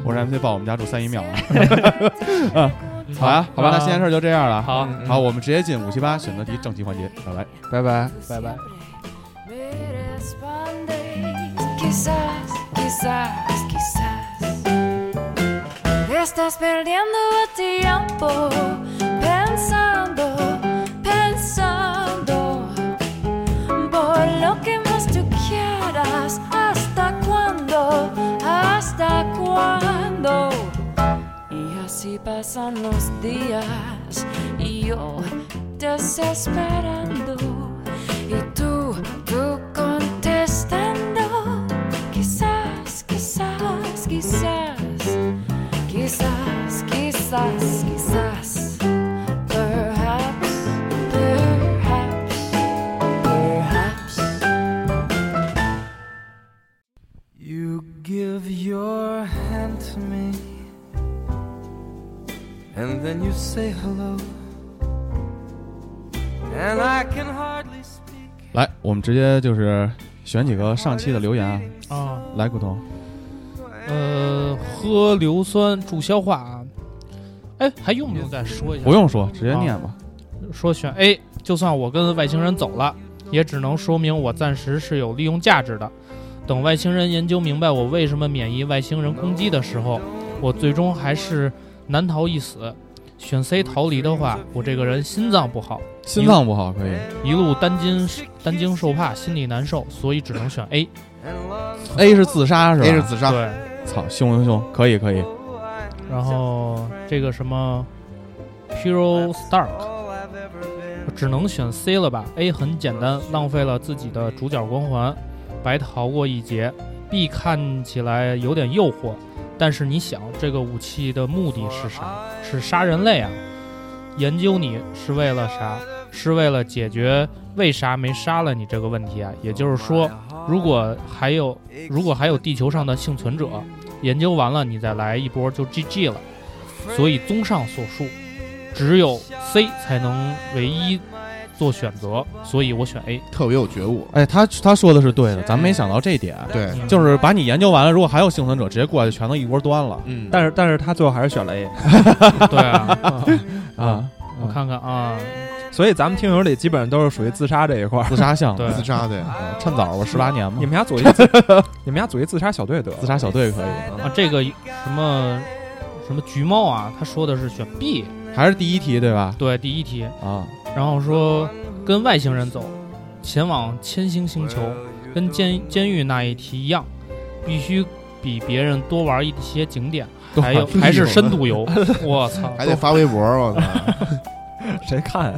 B: 我是 MC 豹，我们家住三一庙啊。嗯，好啊，好吧，那今天事儿就这样了。
D: 好
A: 嗯
B: 好，我们直接进五七八选择题正题环节，拜拜。
A: 拜拜。
D: 拜拜。
G: Me respondes, quizás, quizás, quizás. Estás perdiendo el tiempo pensando, pensando por lo que más tú quieras. ¿Hasta cuándo? ¿Hasta cuándo? Y así pasan los días y yo desesperando y tú, tú contestando
H: Give your hand to me, and then you say hello, and I can hardly speak.
B: 来，我们直接就是选几个上期的留言啊。
D: 啊，
B: 来，骨头，
D: 呃，喝硫酸助消化啊。哎，还用不用再说一下？
B: 不用说，直接念吧。
D: 说选 A，就算我跟外星人走了，也只能说明我暂时是有利用价值的。等外星人研究明白我为什么免疫外星人攻击的时候，我最终还是难逃一死。选 C 逃离的话，我这个人心脏不好，
B: 心脏不好可以
D: 一路担惊担惊受怕，心里难受，所以只能选 A。
B: ，A 是自杀是吧
E: ，A 是自杀，
D: 对，
B: 操，凶凶凶，可以可以。
D: 然后这个什么 Hero Stark，只能选 C 了吧？A 很简单，浪费了自己的主角光环，白逃过一劫。B 看起来有点诱惑，但是你想，这个武器的目的是啥？是杀人类啊！研究你是为了啥？是为了解决为啥没杀了你这个问题啊？也就是说，如果还有如果还有地球上的幸存者，研究完了你再来一波就 GG 了。所以综上所述，只有 C 才能唯一做选择，所以我选 A。
E: 特别有觉悟。
B: 哎，他他说的是对的，咱们没想到这点，
E: 对，
D: 嗯
B: 哎就是把你研究完了，如果还有幸存者，直接过来就全都一锅端了
E: 嗯，
A: 但是但是他最后还是选了 A，
D: 对啊，
B: 啊！
D: 我看看啊，
A: 所以咱们听友里基本上都是属于自杀这一块儿。
B: 自杀项目
D: 对，
E: 自杀对，
B: 啊趁早吧，十八年嘛
A: 你，们家组一 自，你们家组一自杀小队得了
B: 自杀小队可以，
D: 啊这个什么什么橘猫啊，他说的是选 B，
B: 还是第一题对吧？
D: 对，第一题。
B: 啊，
D: 然后说跟外星人走，前往千星星球，跟监监狱那一题一样，必须比别人多玩一些景点，
B: 多
D: 还有
B: 玩
D: 还是深度游。我操！
E: 还得发微博，我操，
A: 谁看啊？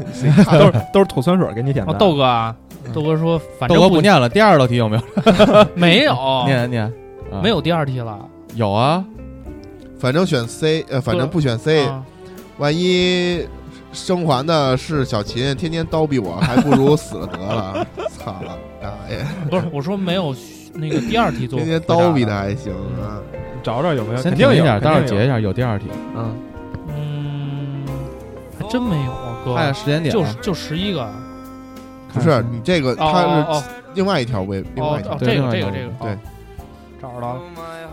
A: 都是都是吐酸水给你点
D: 哦
A: 的。，
D: 豆哥啊，豆哥说，反
B: 豆
D: 正
B: 哥不念了，第二道题有没有？
D: 没有，
B: 念念，啊
D: 哦没有第二题了。
B: 有啊，
E: 反正选 C，呃，反正不选 C，
D: 啊
E: 万一生还的是小秦，天天叨逼我，还不如死了得了。操了，大爷，
D: 不是，我说没有那个第二题做
E: 天
D: 回答
E: 天
D: 的。
E: 叨逼他还行啊。
A: 找找有没有？
B: 先
A: 肯
B: 停
A: 定
B: 一
A: 有
B: 下，，待会儿
A: 肯定有
B: 截一。下，有第二题，
A: 嗯，
D: 嗯，还真没有啊，
B: 看下
D: 哥，
B: 哎时间点
D: 就
B: 吧，
D: 是就十一个。
E: 不是你这个，
D: 哦
E: 他
D: 哦
E: 是另外一条微，
D: 哦
E: 另外
D: 哦
E: 一，条
D: 哦，
B: 对
D: 这
B: 另
D: 个
B: 外一
D: 这
B: 条
D: 个这个，
E: 对
D: 哦，找着了。啊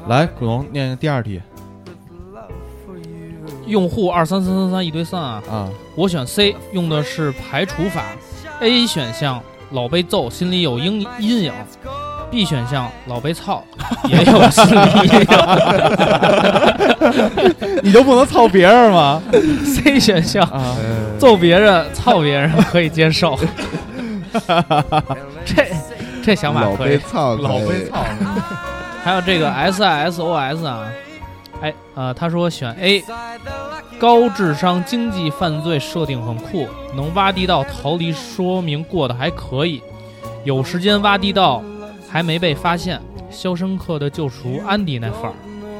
B: 来，古龙念第二题
D: 用户二三三三三一堆三啊，
B: 啊，
D: 我选 C，用的是排除法。A 选项老被揍，心里有阴阴影；B 选项老被操，也有心理阴
B: 你就不能操别人吗？
D: 影；C 选项
B: 啊，
E: 呃
D: 揍别人、操别人可以接受。 这这想法
E: 老
D: 可
E: 被
D: 以。
E: 操，
D: 老
E: 可
D: 被
E: 以
D: 操。还有这个 S I S O S 啊，哎呃，他说选 A，高智商经济犯罪设定很酷，能挖地道逃离，说明过得还可以，有时间挖地道还没被发现，《肖申克的救赎》安迪那范儿，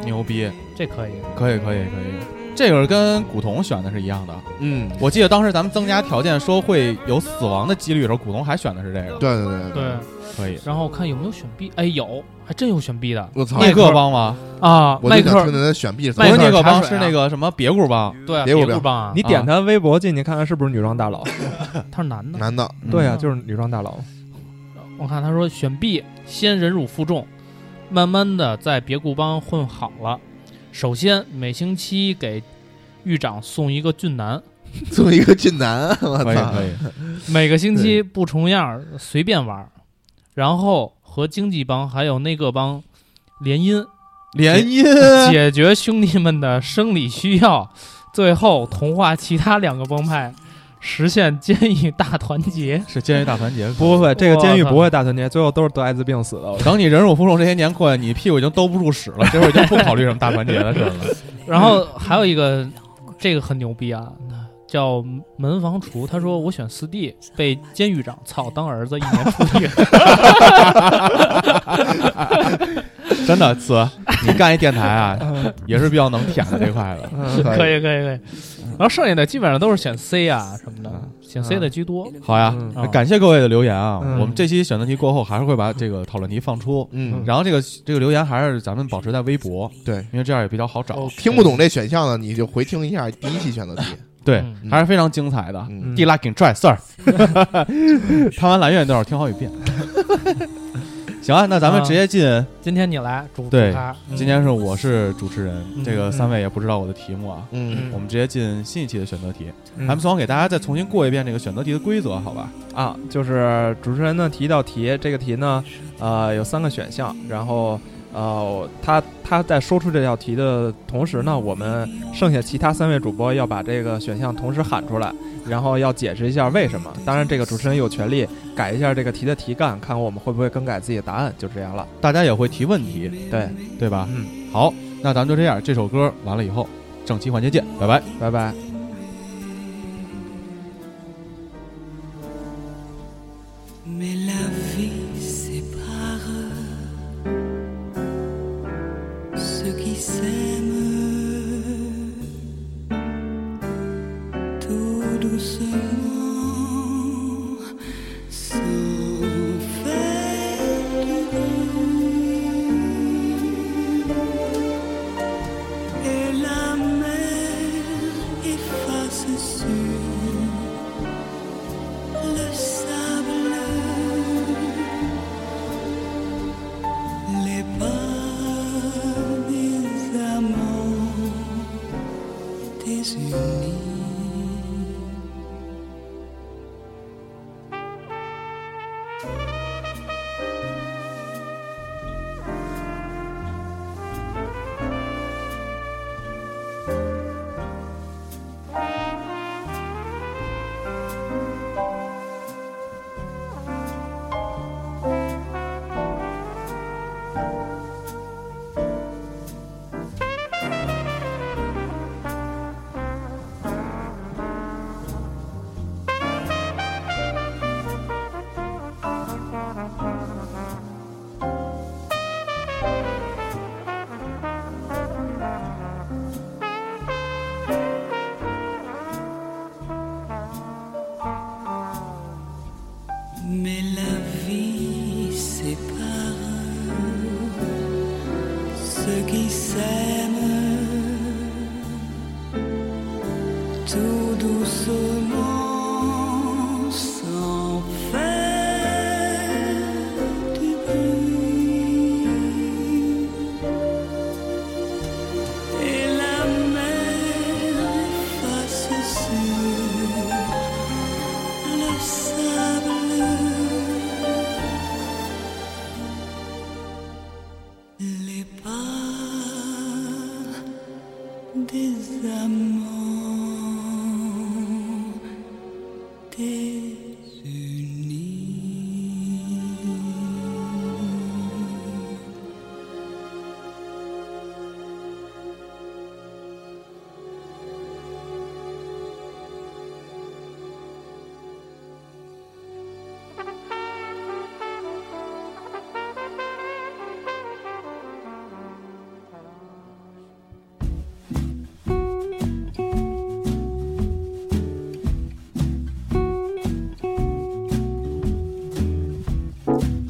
B: 牛逼，
D: 这可以。
B: 可以可以可以，这个是跟古潼选的是一样的。
E: 嗯，
B: 我记得当时咱们增加条件说会有死亡的几率的时候，古潼还选的是这个，
E: 对对对
D: 对，，
B: 可以。
D: 然后看有没有选 B，哎有，还真有选 B 的
E: 我操，
B: 聂克帮吗？
D: 啊，
E: 嗯我
D: 迈
E: 就想
D: 克
E: 听听他选 B 是
B: 不
E: 怎
D: 麦
B: 是
E: 么
D: 克
B: 聂
E: 选
B: 克帮，
D: 茶
B: 是
D: 水啊
B: 那个什么别库帮。
D: 对啊，
E: 别无
D: 别
E: 聊
D: 不帮啊
A: 你，点他微博进去看看是不是女装大佬？
B: 嗯
D: 他是男的。
E: 男的，
A: 对啊，
D: 嗯
A: 就是女装大佬。
D: 我看他说选 B，先忍辱负重，慢慢的在别故帮混好了。首先每星期给狱长送一个俊男，
E: 做一个俊男，我
B: 可以
E: 操，
B: 可以，
D: 每个星期不重样儿随便玩儿，然后和经济帮还有那个帮联姻，
B: 联姻
D: 解决兄弟们的生理需要，最后同化其他两个帮派，实现监狱大团结。
B: 是监狱大团结。
A: 不会，这个监狱
D: 我操
A: 不会大团结，最后都是得艾滋病死的。
B: 等你忍辱负重这些年过去，你屁股已经兜不住屎了，这会儿已经不考虑什么大团结的事了。
D: 然后还有一个，这个很牛逼啊，叫门房厨。他说我选四 D，被监狱长操当儿子一年出狱。
B: 真的词，你干一电台啊，也是比较能舔的这块的。
D: 嗯 可以可以可以。然后剩下的基本上都是选 C 啊什么的，选 C 的居多。
B: 好呀，
A: 嗯
B: 那感谢各位的留言啊！
A: 嗯
B: 我们这期选择题过后，还是会把这个讨论题放出。
E: 嗯，
B: 然后这个这个留言还是咱们保持在微博，
E: 对。
B: 因为这样也比较好找。
E: 听不懂这选项的，你就回听一下第一期选择题。
B: 对，
D: 嗯
B: 还是非常精彩的。
E: 嗯，
B: 地拉给 try sir，贪玩蓝月那会儿听好几遍。 行啊，那咱们直接进。
D: 今天你来主
B: 对
D: 咖，嗯
B: 今天是我是主持人，
A: 嗯
B: 这个三位也不知道我的题目啊。
E: 嗯
B: 我们直接进新一期的选择题，
A: 嗯
B: 咱们从给大家再重新过一遍这个选择题的规则，好吧？
A: 啊，就是主持人呢提一道题，这个题呢，呃，有三个选项，然后呃，他他在说出这道题的同时呢，我们剩下其他三位主播要把这个选项同时喊出来，然后要解释一下为什么。当然，这个主持人有权利改一下这个题的题干，看我们会不会更改自己的答案，就这样了。
B: 大家也会提问题，
A: 对，
B: 对吧？
A: 嗯，
B: 好，那咱们就这样，这首歌完了以后，正期环节见，拜拜。
A: 拜拜。
I: Mais la vie sépare ceux qui s'aiment tout doucement sans faire de bruit. Et la mer efface sur le sable, les pas des amants désunis. Mais la vie sépare ceux qui s'aiment tout doucement sans faire du bruit. Et la mer face sur le sable, les pas des amants désunis.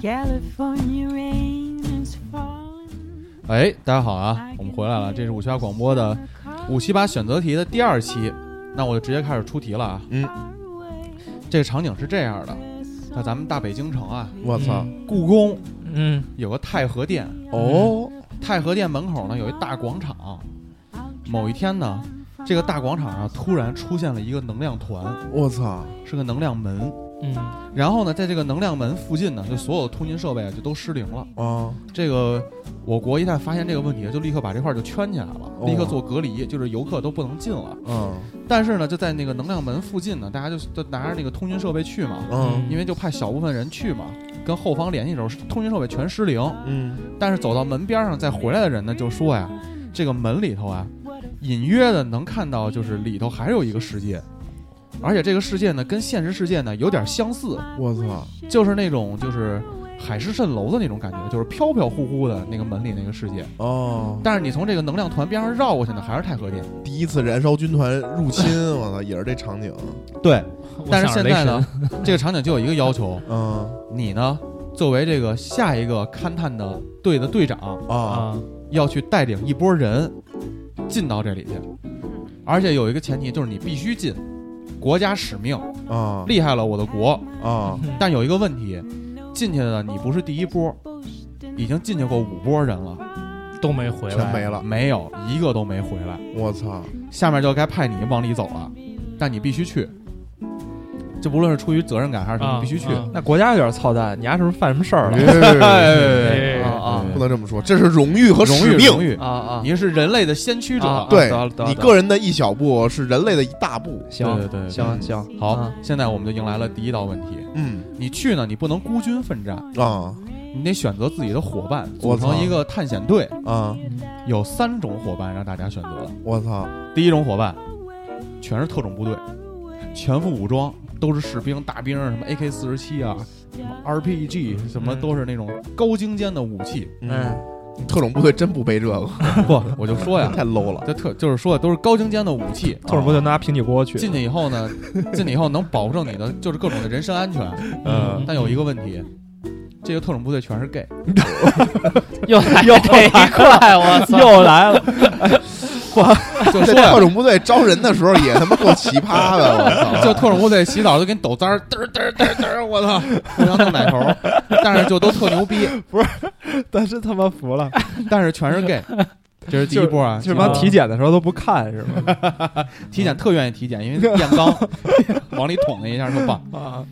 F: California rain is falling.
B: 哎，大家好啊，我们回来了，这是五七八广播的五七八选择题的第二期，那我就直接开始出题了啊。
A: 嗯
B: 这个场景是这样的，那咱们大北京城啊，
E: 我操！
B: 故宫
A: 嗯
B: 有个太和殿，
E: 哦，
B: 太和殿门口呢有一大广场。某一天呢，这个大广场上突然出现了一个能量团，
E: 我操！
B: 是个能量门。
D: 嗯，
B: 然后呢，在这个能量门附近呢，就所有的通讯设备啊就都失灵了。
E: 啊，
B: 这个我国一旦发现这个问题，就立刻把这块儿就圈起来了，立刻做隔离，就是游客都不能进了。
E: 嗯
B: 但是呢，就在那个能量门附近呢，大家就就拿着那个通讯设备去嘛，
E: 嗯
B: 因为就怕小部分人去嘛，跟后方联系的时候，通讯设备全失灵。
E: 嗯，
B: 但是走到门边上再回来的人呢，就说呀，这个门里头啊，隐约的能看到，就是里头还有一个世界，而且这个世界呢，跟现实世界呢有点相似，
E: 我操！
B: 就是那种就是海市蜃楼的那种感觉，就是飘飘忽忽的那个门里那个世界。
E: 哦，
B: 但是你从这个能量团边上绕过去呢，还是太和殿。
E: 第一次燃烧军团入侵，我操，也是这场景。
B: 对，
D: 我
B: 但是
D: 想着
B: 现
D: 雷
B: 在
D: 神
B: 呢， 这个场景就有一个要求，
E: 嗯
B: 你呢作为这个下一个勘探的队的队长，
E: 啊，
D: 啊，
B: 要去带领一波人进到这里去，而且有一个前提就是你必须进，国家使命，
E: 啊
B: 厉害了我的国。
D: 嗯
E: 啊
B: 但有一个问题，进去的你不是第一波，已经进去过五波人了，
D: 都没回
E: 全
D: 来，
E: 没了，
B: 没有一个都没回来。
E: 我操！
B: 下面就该派你往里走了，但你必须去。这不论是出于责任感还是什么，
D: 啊
B: 你必须去。
D: 啊
A: 那国家有点操蛋，你丫是不是犯什么事儿了？啊
B: 哎
D: 哎
B: 啊啊！
E: 不能这么说，这是荣誉和
B: 荣
E: 使
B: 誉，
E: 命。
B: 荣誉，
A: 啊啊！
B: 你是人类的先驱者。
A: 啊
E: 对
A: 得了得了
E: 你
A: 得
E: 个人的一小步是人类的一大步。
A: 行
B: 对对对
A: 行行，
B: 好
A: 啊，
B: 现在我们就迎来了第一道问题：
E: 嗯
B: 你去呢，你不能孤军奋战，
E: 啊
B: 你得选择自己的伙伴，
E: 我
B: 组
E: 操
B: 成一个探险队。
E: 啊！
B: 有三种伙伴让大家选择，
E: 我操！
B: 第一种伙伴全是特种部队，全副武装，都是士兵、大兵，什么 AK 四十七啊，什么 RPG，什么
A: 嗯
B: 都是那种高精尖的武 器。
A: 嗯，
E: 特种部队真不背这个，
B: 不，我就说呀，
E: 太 low 了。
B: 这特就是说都是高精尖的武器。
A: 特种部队拿平底锅去，
B: 进去以后呢，进去以后能保证你的就是各种的人身安全。
A: 嗯
B: 但有一个问题，这个特种部队全是 gay，
D: 又来又这一块，我操！
A: 又来了，
B: 就说
E: 这特
B: 呀，
E: 种部队招人的时候也他妈够奇葩 的，我
B: 就
E: 操！
B: 特种部队洗澡都给你抖簪儿，嘚儿嘚儿嘚儿嘚儿，我操，互相弄奶头儿，但是就都特牛逼，
A: 但是他妈服了，
B: 但是全是 gay。这是第一波啊，
A: 这
B: 基本
A: 帮
B: 上
A: 体检的时候都不看是 吗？
B: 体检特愿意体检，因为验肛 往里捅了一下，说棒。
A: 啊，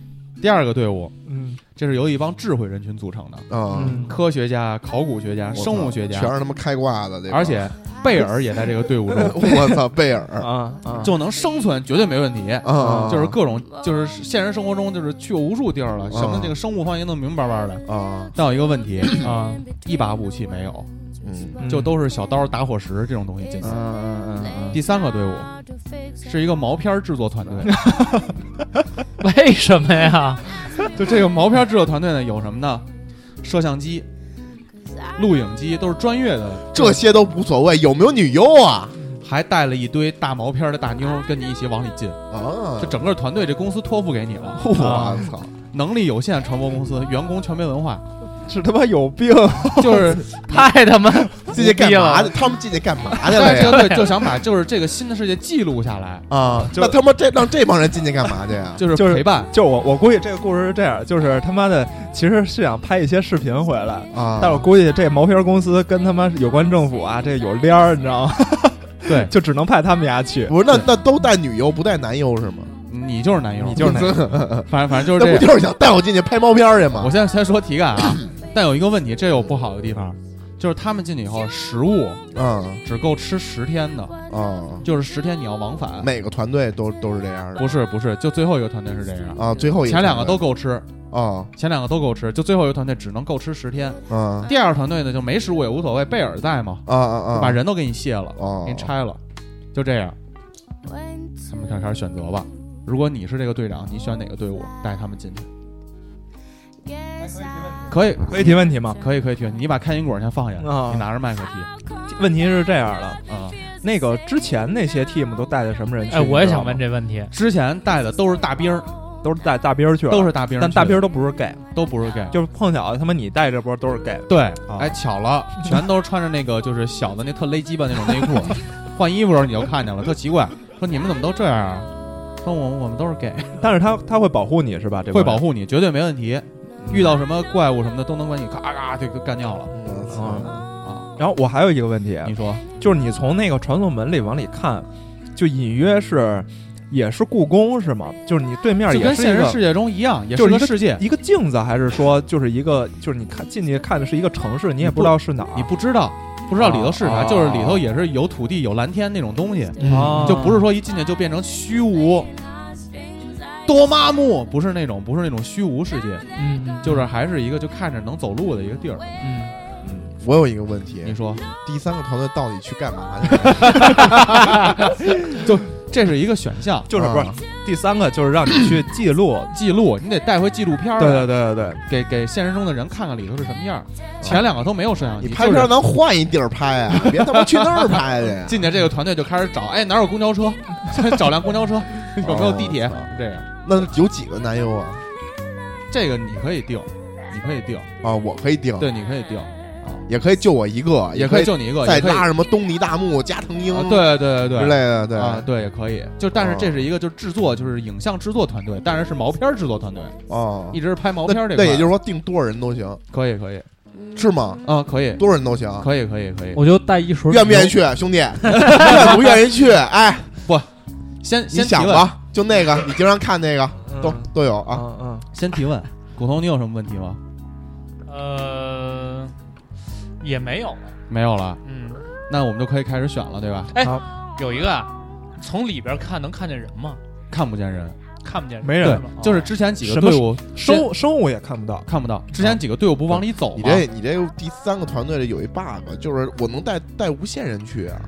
B: 第二个队伍，
A: 嗯
B: 这是由一帮智慧人群组成的，
E: 啊，
A: 嗯，
B: 科学家、考古学家、
E: 我操
B: 生物学家，
E: 全是他妈开挂的，这
B: 而且贝尔也在这个队伍中，
E: 我操，贝尔
A: 啊啊，
B: 就能生存绝对没问题。嗯
E: 啊，
B: 就是各种，就是现实生活中，就是去过无数地儿了，什么这个生物方言弄明白白的。
E: 啊，
B: 但有一个问题，
D: 啊，
B: 一把武器没有，
E: 嗯
D: 嗯
B: 就都是小刀、打火石这种东西进去
A: 嗯。嗯嗯
B: 第三个队伍是一个毛片制作团队，
D: 为什么呀？
B: 就这个毛片制作团队呢，有什么呢？摄像机、录影机都是专业的，
E: 这些都无所谓，有没有女优啊？
B: 还带了一堆大毛片的大妞跟你一起往里进，
E: 啊
A: 嗯
B: 就，整个团队这公司托付给你了。
E: 我 操！
B: 能力有限，传播公司员工全没文化，
A: 嗯，是他妈有病，
B: 就是
D: 太他妈
E: 进去干嘛
D: 无
E: 去？他们进去干嘛 去了
B: 对
E: 呀？
B: 对，就想把就是这个新的世界记录下来，
E: 啊，
A: 就
E: 那他妈这让这帮人进去干嘛去啊呀？
B: 就是
A: 就是
B: 陪伴。
A: 就我我估计这个故事是这样，就是他妈的其实是想拍一些视频回来，
E: 啊，
A: 但我估计这毛片公司跟他妈有关政府啊，这有联儿，你知道吗？
B: 对
A: 就只能派他们家去。
E: 不是那那都带女优不带男优是吗？
B: 你就是男友，
A: 你就是那个，
B: 反正反 正就
E: 那
B: 是
E: 不
B: 这样。
E: 就是想带我进去拍毛片儿去
B: 我
E: 吗
B: 现？在先说体感 啊，但有一个问题，这有不好的地方，就是他们进去以后，食物
E: 嗯
B: 只够吃十天的，
E: 啊，
B: 就是十天你要往返。
E: 每个团队都都是这样的
B: 不是不是，就最后一个团队是这样，
E: 啊。最后一
B: 前两个都
E: 团
B: 够吃，
E: 队啊
B: 前两个都够吃，就最后一个团队只能够吃十天。
E: 啊
B: 第二个团队呢就没食物也无所谓，贝尔在嘛，
E: 啊啊
B: 就
E: 啊，
B: 把人都给你卸了，
E: 哦
B: 给你拆了，就这样。他们开始选择吧。如果你是这个队长，你选哪个队伍带他们进去？可以，
A: 可以提问题吗？
B: 可以，可以去。你把开心果先放下，
A: 啊
B: 你拿着麦克提
A: 问题是这样的，
B: 啊。
A: 那个之前那些 team 都带的什么人去？
D: 哎，我也
A: 你知道
D: 想
A: 吗
D: 问，这问题。
B: 之前带的都是大兵儿，
A: 都是带大兵儿去了，
B: 都是大兵儿去
A: 但
B: 的，
A: 大兵儿都不是 gay，
B: 都不是 gay。
A: 就是碰巧他妈你带这波都是 gay，
B: 对
A: 啊，
B: 哎，巧了，全都是穿着那个就是小的那特勒鸡巴那种内 裤，换衣服的时候你就看见了，特奇怪，说你们怎么都这样啊？说我我们都是 gay，
A: 但是他他会保护你是吧？这
B: 会保
A: 护
B: 护你，绝对没问题，遇到什么怪物什么的都能管你，咔咔就就干掉了
E: 我操
A: 啊。
B: 啊！
A: 然后我还有一个问题，
B: 你说
A: 就是你从那个传送门里往里看，就隐约是也是故宫是吗？就是你对面
B: 就
A: 也
B: 跟
A: 是一
B: 现
A: 个
B: 实世界中一样，也
A: 就是是
B: 个
A: 一个
B: 世界，
A: 一个镜子，还是说就是一个就是你看进去看的是一个城市，你也不知道是哪儿，
B: 你不知道不知道里头是啥，
A: 啊
B: 就是里头也是有土地有蓝天那种东西，
D: 哦
A: 啊
B: 就不是说一进去就变成虚无。多玛木不是那种，不是那种虚无世界，
D: 嗯，
B: 就是还是一个就看着能走路的一个地儿。
D: 嗯，
E: 我有一个
B: 嗯
E: 问题
B: 你，说
E: 啊 第三个团队到底去干嘛去了？
B: 这是一个选项。
A: 就是不是
E: 啊
A: 第三个就是让 你去记录，
B: 记录，你得带回纪录片儿
A: 对对
B: 来，
A: 对对对，
B: 给给现实中的人看看里头是什么样儿。前两个都没有摄像机，
E: 你拍
B: 就
E: 片
B: 是
E: 儿咱换一地儿拍啊，
B: 。
E: 别他妈去那儿拍去
B: 进去这个团队就开始找，哎，哪有公交车？ 找辆公交车， 有没有地铁
E: 哦？
B: 这样，
E: 那有几个男优啊？
B: 这个你可以定，你可以定，
E: 啊，我可以定，
B: 对，你可以定，
E: 也可以就我一个，
B: 也
E: 哦可
B: 可
E: 以
B: 以就你一个，
E: 再
B: 也可以
E: 拉什么东尼大木、加藤鹰
B: 啊，对对对
E: 之
B: 对
E: 类的，对
B: 啊，对，也可以。就但是这是一个就是制作，就是影像制作团队，但是是毛片儿制作团队，
E: 哦
B: 一。直是拍毛
E: 那
B: 片儿这
E: 那
B: 块。
E: 也就是说，定多少人都行，
B: 可以可以
E: 是吗？
B: 啊，可以
E: 多少人都行，
B: 可以可以可以。
D: 我就带一水，
E: 愿不愿意去，啊 兄弟？愿不愿意去？哎，
B: 先
E: 你
B: 先提
E: 想
B: 问，
E: 吧，就那个你经常看那个，都
A: 嗯
E: 都有啊。
A: 嗯嗯，
B: 先提问。骨头，你有什么问题吗？
D: 呃，也没有，
B: 没有了，
D: 嗯，
B: 那我们就可以开始选了，对吧？
D: 有一个啊，从里边看能看见人吗？
B: 看不见人，哦
D: 看不见人，
A: 没
B: 对
A: 人
D: 是吧，
B: 就是之前几个
A: 什么
B: 队伍
A: 生生物也看不到，
B: 看不到，之前几个队伍不往里走
E: 啊你
B: 吗？
E: 这你这第三个团队里有一 bug，就是我能带带无限人去啊？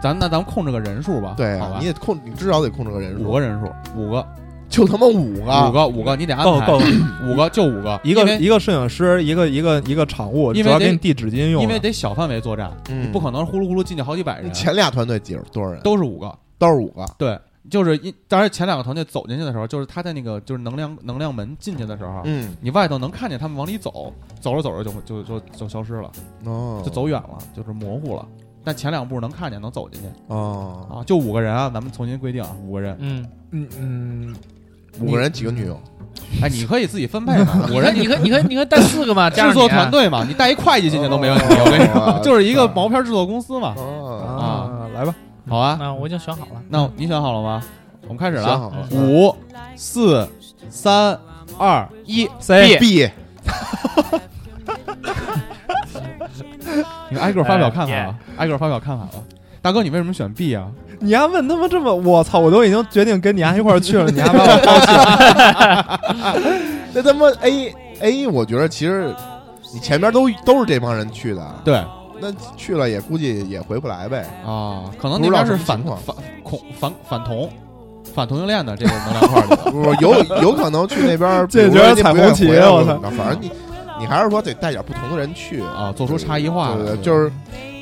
B: 咱那咱们控制个人数吧，
E: 对
B: 好
E: 啊，
B: 吧
E: 你，也控，你至少得控制个人
B: 五
E: 数
B: 个，人数，五个，
E: 就他妈五
B: 五
E: 个。
B: 个，五个，你得安
A: 够
B: 排，
A: 够，
B: 五个就五个，
A: 一个
B: 因为
A: 一个摄影师，一个一个一个场务，
B: 因为
A: 主要
B: 得
A: 给你递纸巾用的，
B: 因为得小范围作战，
E: 嗯
B: 你不可能呼噜呼噜进去好几百人，
E: 前俩团队几多少人？
B: 都是啊五个，
E: 都是五个。
B: 对，就是因，当然前两个团队走进去的时候，就是他在那个就是能量能量门进去的时候，
E: 嗯，
B: 你外头能看见他们往里走，走着走着就就就就消失了，
E: 哦，
B: 就走远了，就是模糊了。但前两步能看见，能走进去
E: 哦，
B: 啊，就五个人啊，咱们重新规定啊，五个人。
D: 嗯，
A: 嗯嗯，
E: 五个人几个女友？
B: 哎，你可以自己分配嘛，五
D: 我
B: 人
D: 说 你可以你可以你可以带 四个嘛，加上
B: 制作
D: 你啊
B: 团队嘛，你带一会计进去都没问题。
E: 哦
B: 我跟你
E: 哇
B: 说，就是一个
E: 塞
B: 毛片制作公司嘛。
E: 哦，
A: 啊，来吧，
B: 好嗯啊，
D: 啊，我已经选好了，
B: 那你选好了吗？我们开始
E: 想
B: 了啊，
E: 好了。
B: 五、四、三、二、一。
D: C
E: 哎 B
B: 你挨个发表看法吧，挨个发表看法吧。大哥，你为什么选 B 啊？
A: 你丫问他妈这么，我操！我都已经决定跟你丫一块儿去了， 你丫把我抛弃了。
E: 那他妈 A A，我觉得其实你前面都都是这帮人去的，啊
B: 对
E: 那去了也估计也回不来呗。
B: 啊，可能
E: 不
B: 那
E: 知道
B: 边是
E: 什么
B: 反
E: 情况
B: 反恐反反同反同性恋的这个能量块 里头。
E: 不是， 有有可能去那边
A: 这
E: 比如
A: 觉
E: 说
A: 得
E: 人家不
A: 彩虹
E: 愿意
A: 旗
B: 啊
E: 回来
A: 我
E: 或者
A: 操
E: 怎么着反正你你还是说得带点不同的人去，
B: 啊，做出差异化
E: 对
B: 来，
E: 对，就是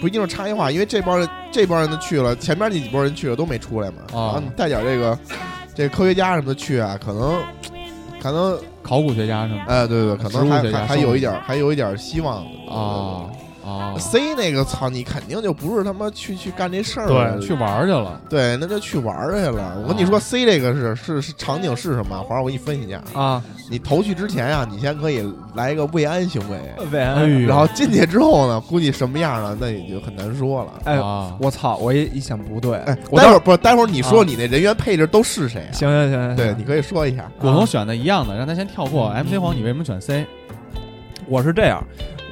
E: 不一定是差异化，因为这帮人这帮人的去了，前面那几波人去了都没出来嘛，
B: 啊
E: 然后你带点这个这科学家什么的去啊，可能可能
B: 考古学家什么
E: 哎，对对，可能
B: 植物学
E: 还
B: 家
E: 还还有一点还有一点希望
B: 的啊啊
E: 对对对，C 那个操，你肯定就不是他妈去去干这事儿了，
B: 去玩儿去了。
E: 对，那就去玩儿去了。我跟你说，C 这个是是是场景是什么？华儿，我给你分析一下。
A: 啊，
E: 你投去之前啊，你先可以来一个慰安行为，
A: 韦
B: 哎
A: 恩，
B: 呦，
E: 然后进去之后呢，估计什么样了，那也就很难说了。
A: 哎
B: 啊，
A: 我操！我一一想不对，
E: 哎，
A: 我
E: 待
A: 到
E: 会儿不是，待会儿你
A: 啊
E: 说
A: 哎
E: 你那人员配置都是谁啊？
A: 行行行行，
E: 对，你可以说一下。
B: 古潼选的一样的，让他先跳过。
A: 嗯
B: MC 黄，你为什么选 C？
A: 我是这样，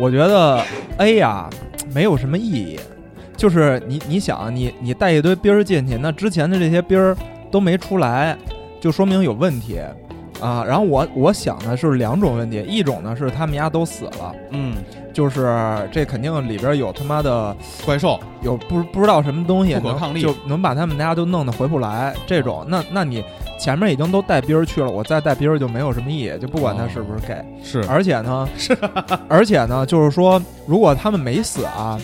A: 我觉得 A 呀、没有什么意义，就是你你想你你带一堆兵儿进去，那之前的这些兵儿都没出来，就说明有问题啊。然后我我想的是两种问题，一种呢是他们家都死了，
B: 嗯，
A: 就是这肯定里边有他妈的
B: 怪兽
A: 有不不知道什么东西
B: 不可
A: 能
B: 抗力
A: 就能把他们家都弄得回不来这种。那那你前面已经都带兵儿去了，我再带兵儿就没有什么意义，就不管他是不是 gay。
B: 是
A: 而且呢，是， 而且呢，就是说，如果他们没死啊，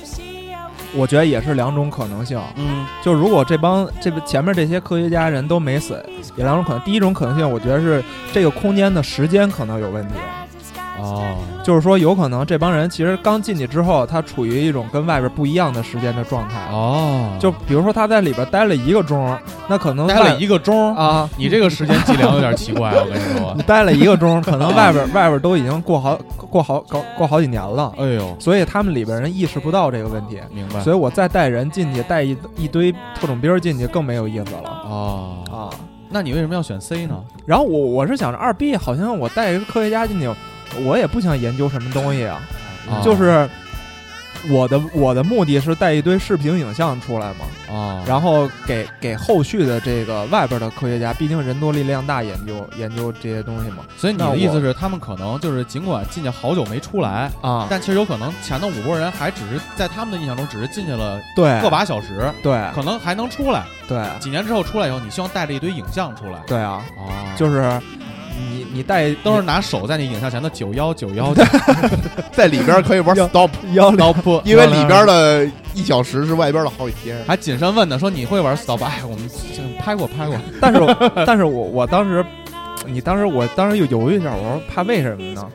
A: 我觉得也是两种可能性。
B: 嗯
A: 就如果这帮这个前面这些科学家人都没死，有两种可能。第一种可能性，我觉得是这个空间的时间可能有问题，
E: 嗯
B: 哦
A: 就是说有可能这帮人其实刚进去之后，他处于一种跟外边不一样的时间的状态。
B: 哦，
A: 就比如说他在里边待了一个钟，那可能
B: 待
A: 外
B: 了一个钟儿，
A: 啊，
B: 你这个时间计量有点奇怪，我跟你 说
A: 你。待了一个钟，可能 外边外边都已经过好过好过过好几年了。
B: 哎呦，
A: 所以他们里边人意识不到这个问题，
B: 明白
A: 所以我再带人进去，带一一堆特种兵儿进去更没有意思了
B: 哦
A: 啊。
B: 那你为什么要选 C 呢？
A: 然后我我是想着二 B 好像我带一个科学家进去，我也不想研究什么东西啊，
B: 啊
A: 就是我的我的目的是带一堆视频影像出来嘛，
B: 啊，
A: 然后给给后续的这个外边的科学家，毕竟人多力量大，研究研究这些东西嘛。
B: 所以你
A: 那
B: 的意思
A: 我
B: 是，他们可能就是尽管进去好久没出来，
A: 啊，
B: 但其实有可能前头五波人还只是在他们的印象中只是进去了
A: 对
B: 个把小时，
A: 对
B: 可能还能出来。
A: 对
B: 几年之后出来以后，你希望带着一堆影像出来，
A: 对啊，
B: 哦就
A: 就是你你带
B: 都是拿手在那影像前头九幺九幺 stop，
E: 在里边可以玩
A: 要
E: stop，
A: 幺零
E: 因为里边的一小时是外边的好几天。
B: 还谨慎问呢，说你会玩 stop？哎，我们这拍过拍过，
A: 但是我 但是我我当时，你当时我当时又犹豫一下，我说怕为什么呢？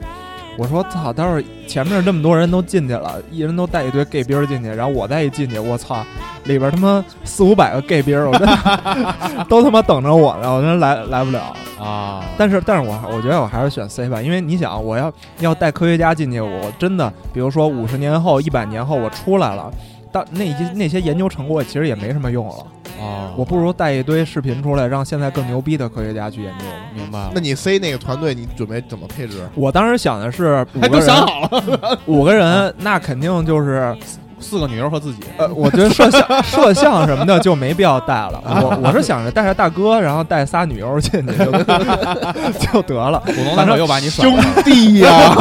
A: 我说操，待会儿前面这么多人都进去了，一人都带一堆 gay 兵儿进去，然后我再一进去，我操，里边他妈四五百个 gay 兵儿，我真的 都他妈等着我呢，我真来来不了。
B: 啊，
A: 但是，但是我我觉得我还是选 C 吧，因为你想，我要要带科学家进去，我真的，比如说五十年后、一百年后我出来了，但那些那些研究成果其实也没什么用了，
B: 哦，
A: 我不如带一堆视频出来，让现在更牛逼的科学家去研究。
B: 明白了
E: 那，你 C 那个团队，你准备怎么配置？
A: 我当时想的是五
B: 哎，
A: 个
B: 都
A: 人，
B: 想好了，
A: 五个人，那肯定就是，
B: 四个女优和自己，
A: 呃，我觉得摄像、摄像什么的就没必要带了。我我是想着带着大哥，然后带仨女优进去就 就得了。
B: 股东大会又把你甩了，
E: 弟呀，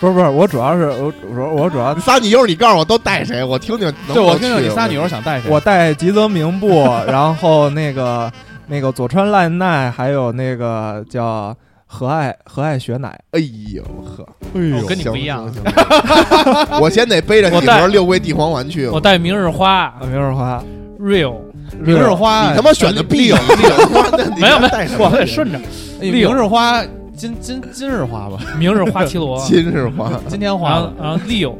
A: 不是不是，我主要是我我我主要
E: 仨女优，你告诉我都带谁？我听听能不能去。
B: 对我听听你仨女优想带谁？
A: 我带吉泽明步，然后那个那个佐川赖奈，还有那个叫和爱和爱雪乃。
E: 哎呦呵，
D: 我跟你不一样
E: 行。行行我先得背着
D: 我
E: 你
D: 带
E: 盒六龟地黄丸去。
D: 我带明日花
A: 明日花，
D: real，
B: 明日花，
E: 你他妈选的必有，
D: 没有没
E: 带什
D: 有，
E: 么
D: 我得顺着
B: 哎
D: 利用
B: 明日花，今今今日花 吧，
D: 明日花绮罗，
E: 金日花，
B: 今天
D: 然
B: 花
D: 后
B: 了。
D: 然后 Leo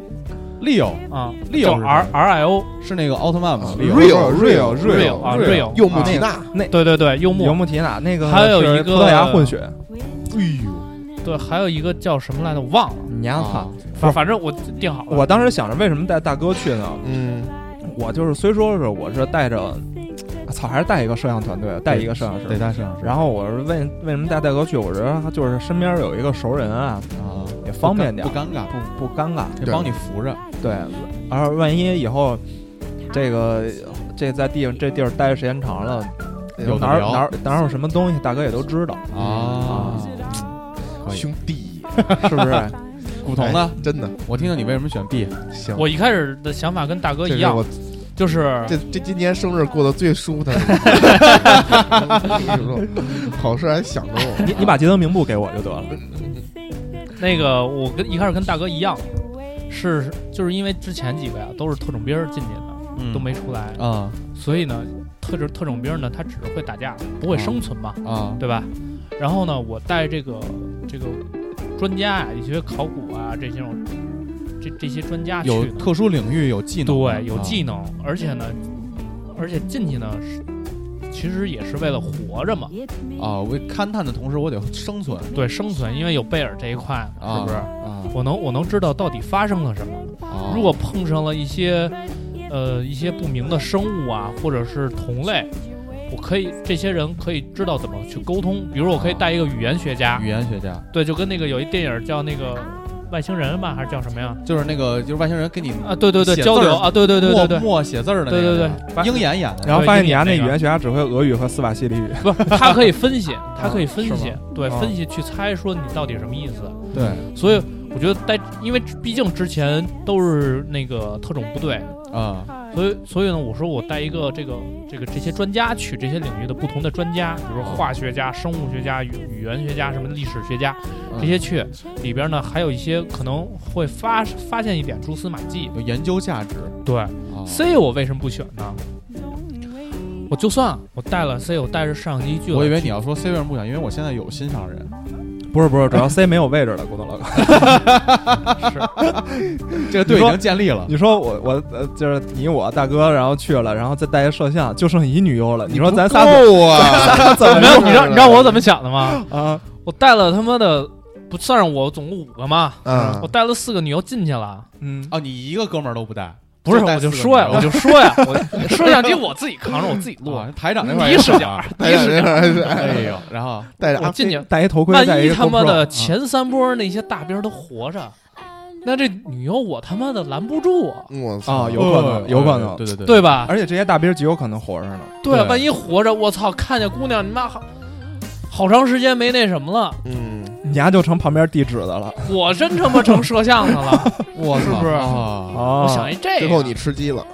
B: 利友
D: 啊
B: Leo
D: 叫
B: 是
D: R R I O
B: 是那个奥特曼吗
E: 啊 Real Real
D: Real 啊 Real，
E: 柚木吉娜，
D: 对对对，幽
A: 游
D: 默
A: 牧提娜那个，
D: 还有一个
A: 葡萄牙混血，
B: 哎
D: 对，还有一个叫什么来着，我忘了，
A: 你
B: 啊
A: 丫操！
D: 反反正我定好了，
A: 我当时想着为什么带大哥去呢？
E: 嗯，
A: 我就是虽说是我是带着，啊操，还是带一个摄像团队，带一个摄像
B: 对，
A: 师。
B: 大摄影师
A: 然后我是为为什么带大哥去？我觉得就是身边有一个熟人啊，
B: 啊，
A: 也方便点
B: 不，尴尬，
A: 不不尴尬。
B: 这帮你扶着。
A: 对，而万一以后这个这在地这地儿待的时间长了，
D: 哎
B: 有的
A: 哪儿
B: 聊
A: 哪儿哪儿有什么东西，大哥也都知道，
B: 啊，可以
E: 兄弟，
A: 是不是？
B: 古潼呢？
E: 哎真的
B: 我听听你为什么选 B
E: 行。
D: 我一开始的想法跟大哥
E: 这
D: 一
E: 是
D: 样
E: 我，
D: 就是
E: 这这今年生日过得最舒服的，好事还想着我。
A: 你你把杰德名簿给我就得了。
D: 那个我跟一开始跟大哥一样，是就是因为之前几个呀都是特种兵儿进去
B: 嗯
D: 的，都没出来，
B: 啊
D: 所以呢，特种特种兵儿呢，他只会打架，不会生存嘛，
B: 啊
D: 对吧？然后呢，我带这个这个专家呀，一些考古啊这些种这这些专家去
B: 有
D: 呢
B: 特殊领域有技能，啊
D: 对有技能，而且呢，而且进去呢是其实也是为了活着嘛，
B: 能啊。我勘探的同时，我得生存
D: 对生存，因为有贝尔这一块，
B: 啊
D: 是不是？
B: 啊。
D: 我能我能知道到底发生了什么。
B: 啊
D: 如果碰上了一些，呃，一些不明的生物啊，或者是同类，我可以这些人可以知道怎么去沟通。比如我可以带一个语言学家
B: 语，言学家
D: 对，就跟那个有一电影叫那个外星人吧，还是叫什么呀？
B: 就是那个就是外星人跟你
D: 啊，对对对，
B: 写字儿
D: 交流啊，对对对对
B: 默
D: 对，
B: 默写字儿的那
D: 对
B: 个
D: 对
B: 人，鹰眼演的
A: 然后发现
D: 对
A: 你家那
D: 那个
A: 语言学家只会俄语和斯瓦西里语，
D: 不，他可以分析，他可以分
A: 是
D: 析
A: 吗，
D: 对，
A: 啊
D: 分析去猜说你到底什么意思。
B: 对
D: 所以我觉得带，因为毕竟之前都是那个特种部队，
B: 啊
D: 所以，所以呢，我说我带一个这个这个这些专家去这些领域的不同的专家，比如说
B: 哦
D: 化学家、生物学家、语语言学家、什么历史学家
B: 嗯
D: 这些去里边呢，还有一些可能会发发现一点蛛丝马迹。
B: 有研究价值
D: 对
B: 啊
D: ，C 我为什么不选呢？我就算我带了 C，我带着摄像机去了，
B: 我以为你要说 C 为什么不想，因为我现在有心上人，
A: 不是不是，主 要 C 没有位置了，郭总老哥。
B: 这个队
A: 你
B: 已
A: 说
B: 经建立了。
A: 你说我我呃就是你我大哥，然后去了，然后再带一摄像，就剩一女优了。你说咱仨怎
E: 够 啊！
A: 咱仨怎么
D: 没有，你知道
E: 是
D: 你知道我怎么想的吗？
A: 啊？
D: 我带了他妈的，不算上我总共五个嘛，
E: 嗯
D: 我带了四个女优进去了。
A: 嗯，
B: 哦，你一个哥们儿都不带，
D: 不是，
B: 带
D: 我就
B: 四个
D: 说呀，
B: 女的
D: 我就说呀，我摄像机我自己扛着，我自己录。
B: 啊台长那块儿
D: 你
B: 也
D: 视
B: 有
D: 角
B: 啊，，
E: 带
D: 你视角。
E: 着
B: 哎呦，然后
E: 带着
D: 我
E: 阿
D: 进去，
A: 哎戴一头盔，
D: 万
A: 戴
D: 一
A: 个啊
D: 他妈
A: GoPro
D: 的前三波那些大兵都活着，那这女优我他妈的拦不住啊，
E: 嗯我操
A: 啊，有可能，有可能
B: 哦对，对对
D: 对吧？
A: 而且这些大兵极有可能活着呢。
D: 对啊，
B: 对
D: 万一活着，我操，看见姑娘，你妈好，好长时间没那什么了，
E: 嗯，
A: 你丫就成旁边地址的了
D: 我真他妈成摄像的了，
B: 我
D: 是不是
B: 啊？
A: 啊！
D: 我想一这个，
E: 最 后你吃鸡了，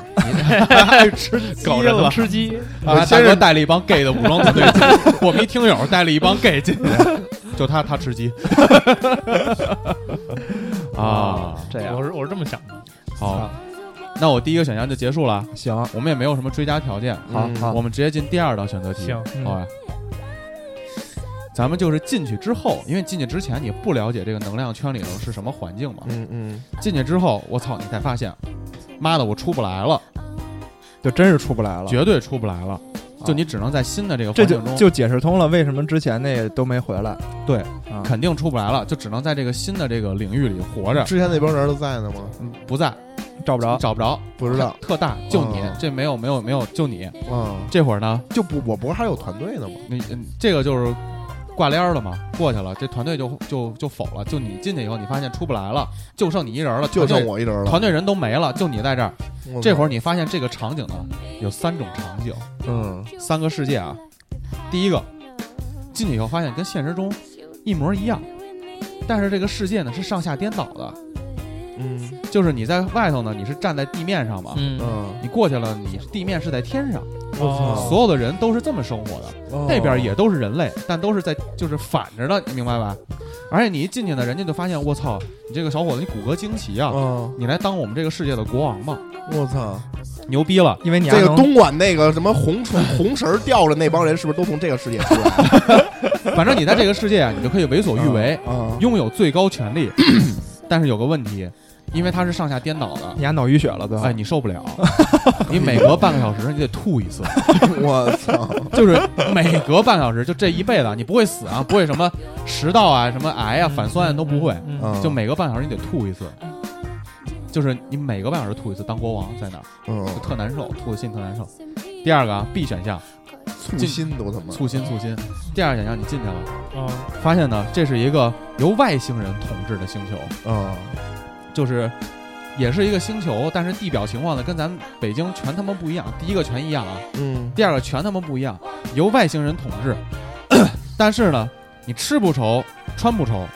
B: 吃鸡
D: 搞着能吃鸡，
E: 我
B: 啊，大
E: 先
B: 哥
E: 是
B: 带了一帮 gay 的武装团队进去， 我们一听友带了一帮 gay 进去，就他他吃鸡 啊。
A: 这样
D: 我是我是这么想的，
B: 好，那我第一个选项就结束了，
A: 行，
B: 我们也没有什么追加条件，
A: 好
E: 嗯
A: 好
B: 我们直接进第二道选择题。
D: 行嗯
B: 好吧。啊咱们就是进去之后，因为进去之前你不了解这个能量圈里头是什么环境嘛。
E: 嗯嗯，
B: 进去之后，我操，你才发现，妈的，我出不来了，
A: 就真是出不来了。
B: 绝对出不来了。就你只能在新的这个
A: 这
B: 环
A: 就
B: 境中，
A: 就解释通了为什么之前那都没回来。对啊，
B: 肯定出不来了，就只能在这个新的这个领域里活着。
E: 之前那帮人都在呢吗？
B: 嗯不在，
A: 找不着。
B: 找不着，
E: 不 知道，
B: 特大，就你
E: 哦
B: 这没有没有没有，就你
E: 嗯，
B: 这会儿呢，
E: 就不我不是还有团队呢吗？
B: 你嗯这个就是挂帘儿了嘛，过去了，这团队就就就否了，就你进去以后，你发现出不来了，就剩你一人了，
E: 就
B: 团
E: 剩
B: 队
E: 我一人了
B: 啊团，队人都没了，就你在这儿。
E: 我操
B: 这会儿你发现这个场景呢，有三种场景，
E: 嗯
B: 三个世界啊。第一个，进去以后发现跟现实中一模一样，但是这个世界呢是上下颠倒的，
E: 嗯
B: 就是你在外头呢，你是站在地面上嘛，
D: 嗯，
E: 嗯，
B: 你过去了，你地面是在天上，
D: 哦
B: 所有的人都是这么生活的，
E: 哦
B: 那边也都是人类，但都是在就是反着的，你明白吧？而且你一进去呢，人家就发现我操，你这个小伙子你骨骼惊奇啊，
E: 嗯，
B: 你来当我们这个世界的国王吧，
E: 我操，
B: 牛逼了！
A: 因为你丫
E: 这个
A: 能
E: 东莞那个什么红绳红绳吊着那帮人，是不是都从这个世界出 来？
B: 反正你在这个世界啊，你就可以为所欲为，
E: 啊，
B: 拥有最高权力。但是有个问题，因为它是上下颠倒的
A: 你，丫脑淤血了对吧？啊
B: 哎，你受不了，你每隔半个小时你得吐一次。
E: 我操，
B: 就是每隔半小时，就这一辈子啊，你不会死啊，不会什么食道啊、什么癌啊、反酸啊都不会，
D: 嗯
E: 嗯
B: 就每隔半小时你得吐一次，就是你每隔半小时吐一次，当国王在那儿
E: 嗯，
B: 就特难受，吐的心特难受。第二个啊，B 选项，
E: 粗
B: 这
E: 心都他妈
B: 促心促心。第二选项你进去了，
D: 哦
B: 发现呢，这是一个由外星人统治的星球，
E: 啊，
B: 就是也是一个星球，但是地表情况呢跟咱们北京全他妈不一样。第一个全一样啊，
E: 嗯
B: 第二个全他妈不一样，由外星人统治。 但是呢，你吃不愁，穿不愁，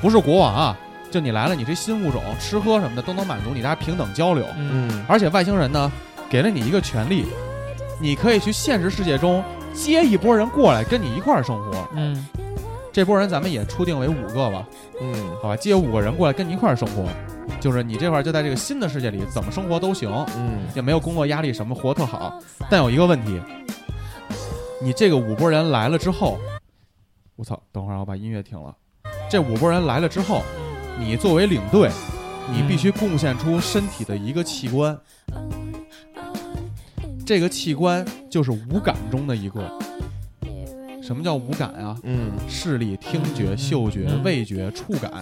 B: 不是国王啊，就你来了，你这新物种，吃喝什么的都能满足你，大家平等交流。
D: 嗯
E: 嗯
B: 而且外星人呢，给了你一个权利，你可以去现实世界中接一波人过来跟你一块儿生活。
D: 嗯
B: 这波人咱们也初定为五个吧，
E: 嗯
B: 好吧，接五个人过来跟你一块儿生活，就是你这块儿就在这个新的世界里怎么生活都行。
E: 嗯
B: 也没有工作压力，什么活特好。但有一个问题，你这个五波人来了之后，我操！等会儿啊我把音乐停了。这五波人来了之后，你作为领队，你必须贡献出身体的一个器官，这个器官就是五感中的一个。什么叫五感啊？
E: 嗯
B: 视力、听觉、嗅觉、味觉、触感，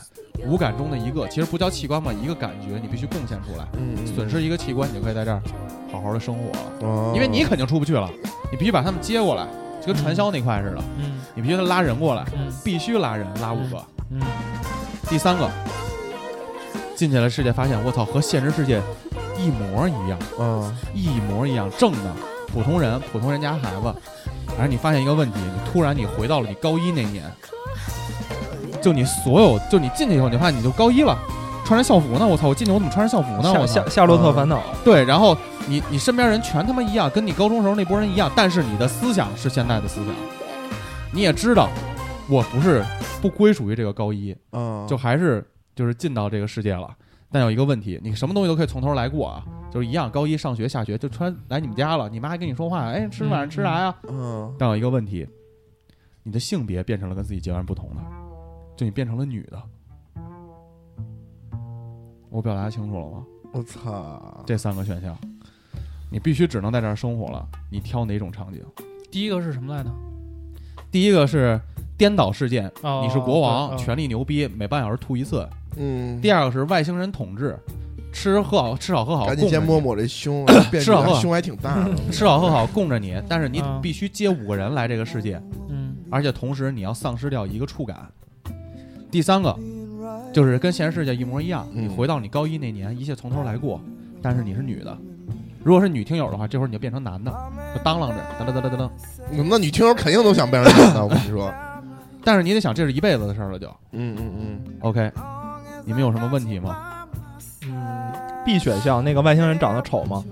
B: 五感中的一个，其实不叫器官嘛，一个感觉你必须贡献出来。
E: 嗯，
B: 损失一个器官，你就可以在这儿好好的生活了。
E: 哦，
B: 因为你肯定出不去了，你必须把他们接过来，就跟传销那块似的，
D: 嗯
B: 你必须拉人过来，
D: 嗯
B: 必须拉人，拉五个。
D: 嗯，
B: 第三个，进去了世界，发现我操，和现实世界一模一样，
E: 嗯
B: 一模一样，正的普通人，普通人家孩子。而你发现一个问题，你突然你回到了你高一那年，就你所有，就你进去以后，你发现你就高一了，穿着校服呢，我操，我进去我怎么穿着校服呢？
A: 夏
B: 我操
A: 夏，夏洛特烦恼，
B: 对，然后你你身边人全他妈一样，跟你高中时候那波人一样，但是你的思想是现在的思想，你也知道，我不是不归属于这个高一，
E: 嗯，
B: 就还是就是进到这个世界了。但有一个问题，你什么东西都可以从头来过啊，就是一样，高一上学下学就穿来你们家了，你妈还跟你说话，哎，吃晚上吃啥呀？
E: 嗯
B: 但有一个问题，你的性别变成了跟自己截然不同的，就你变成了女的。我表达清楚了吗？
E: 我操，
B: 这三个选项，你必须只能在这儿生活了。你挑哪种场景？
D: 第一个是什么来着？
B: 第一个是颠倒事件，
D: 哦
B: 你是国王，
D: 对嗯
B: 权力牛逼，每半小时吐一次。
E: 嗯，
B: 第二个是外星人统治，吃喝好吃好喝好，
E: 赶紧
B: 供着
E: 先
B: 你
E: 摸摸 这胸，变
B: 是啊呵
E: 胸还挺大的，
B: 吃好喝好供着你，但是你
D: 嗯
B: 必须接五个人来这个世界，
D: 嗯
B: 而且同时你要丧失掉一个触感。第三个，就是跟现实世界一模一样。
E: 嗯
B: 你回到你高一那年，一切从头来过，但是你是女的。如果是女听友的话，这会儿你就变成男的，就当啷着，哒哒哒哒哒哒。
E: 嗯那女听友肯定都想变成男的，我跟你说。
B: 但是你得想，这是一辈子的事儿了就，
E: 嗯嗯
B: OK。你们有什么问题吗？
A: 嗯，B 选项那个外星人长得丑吗？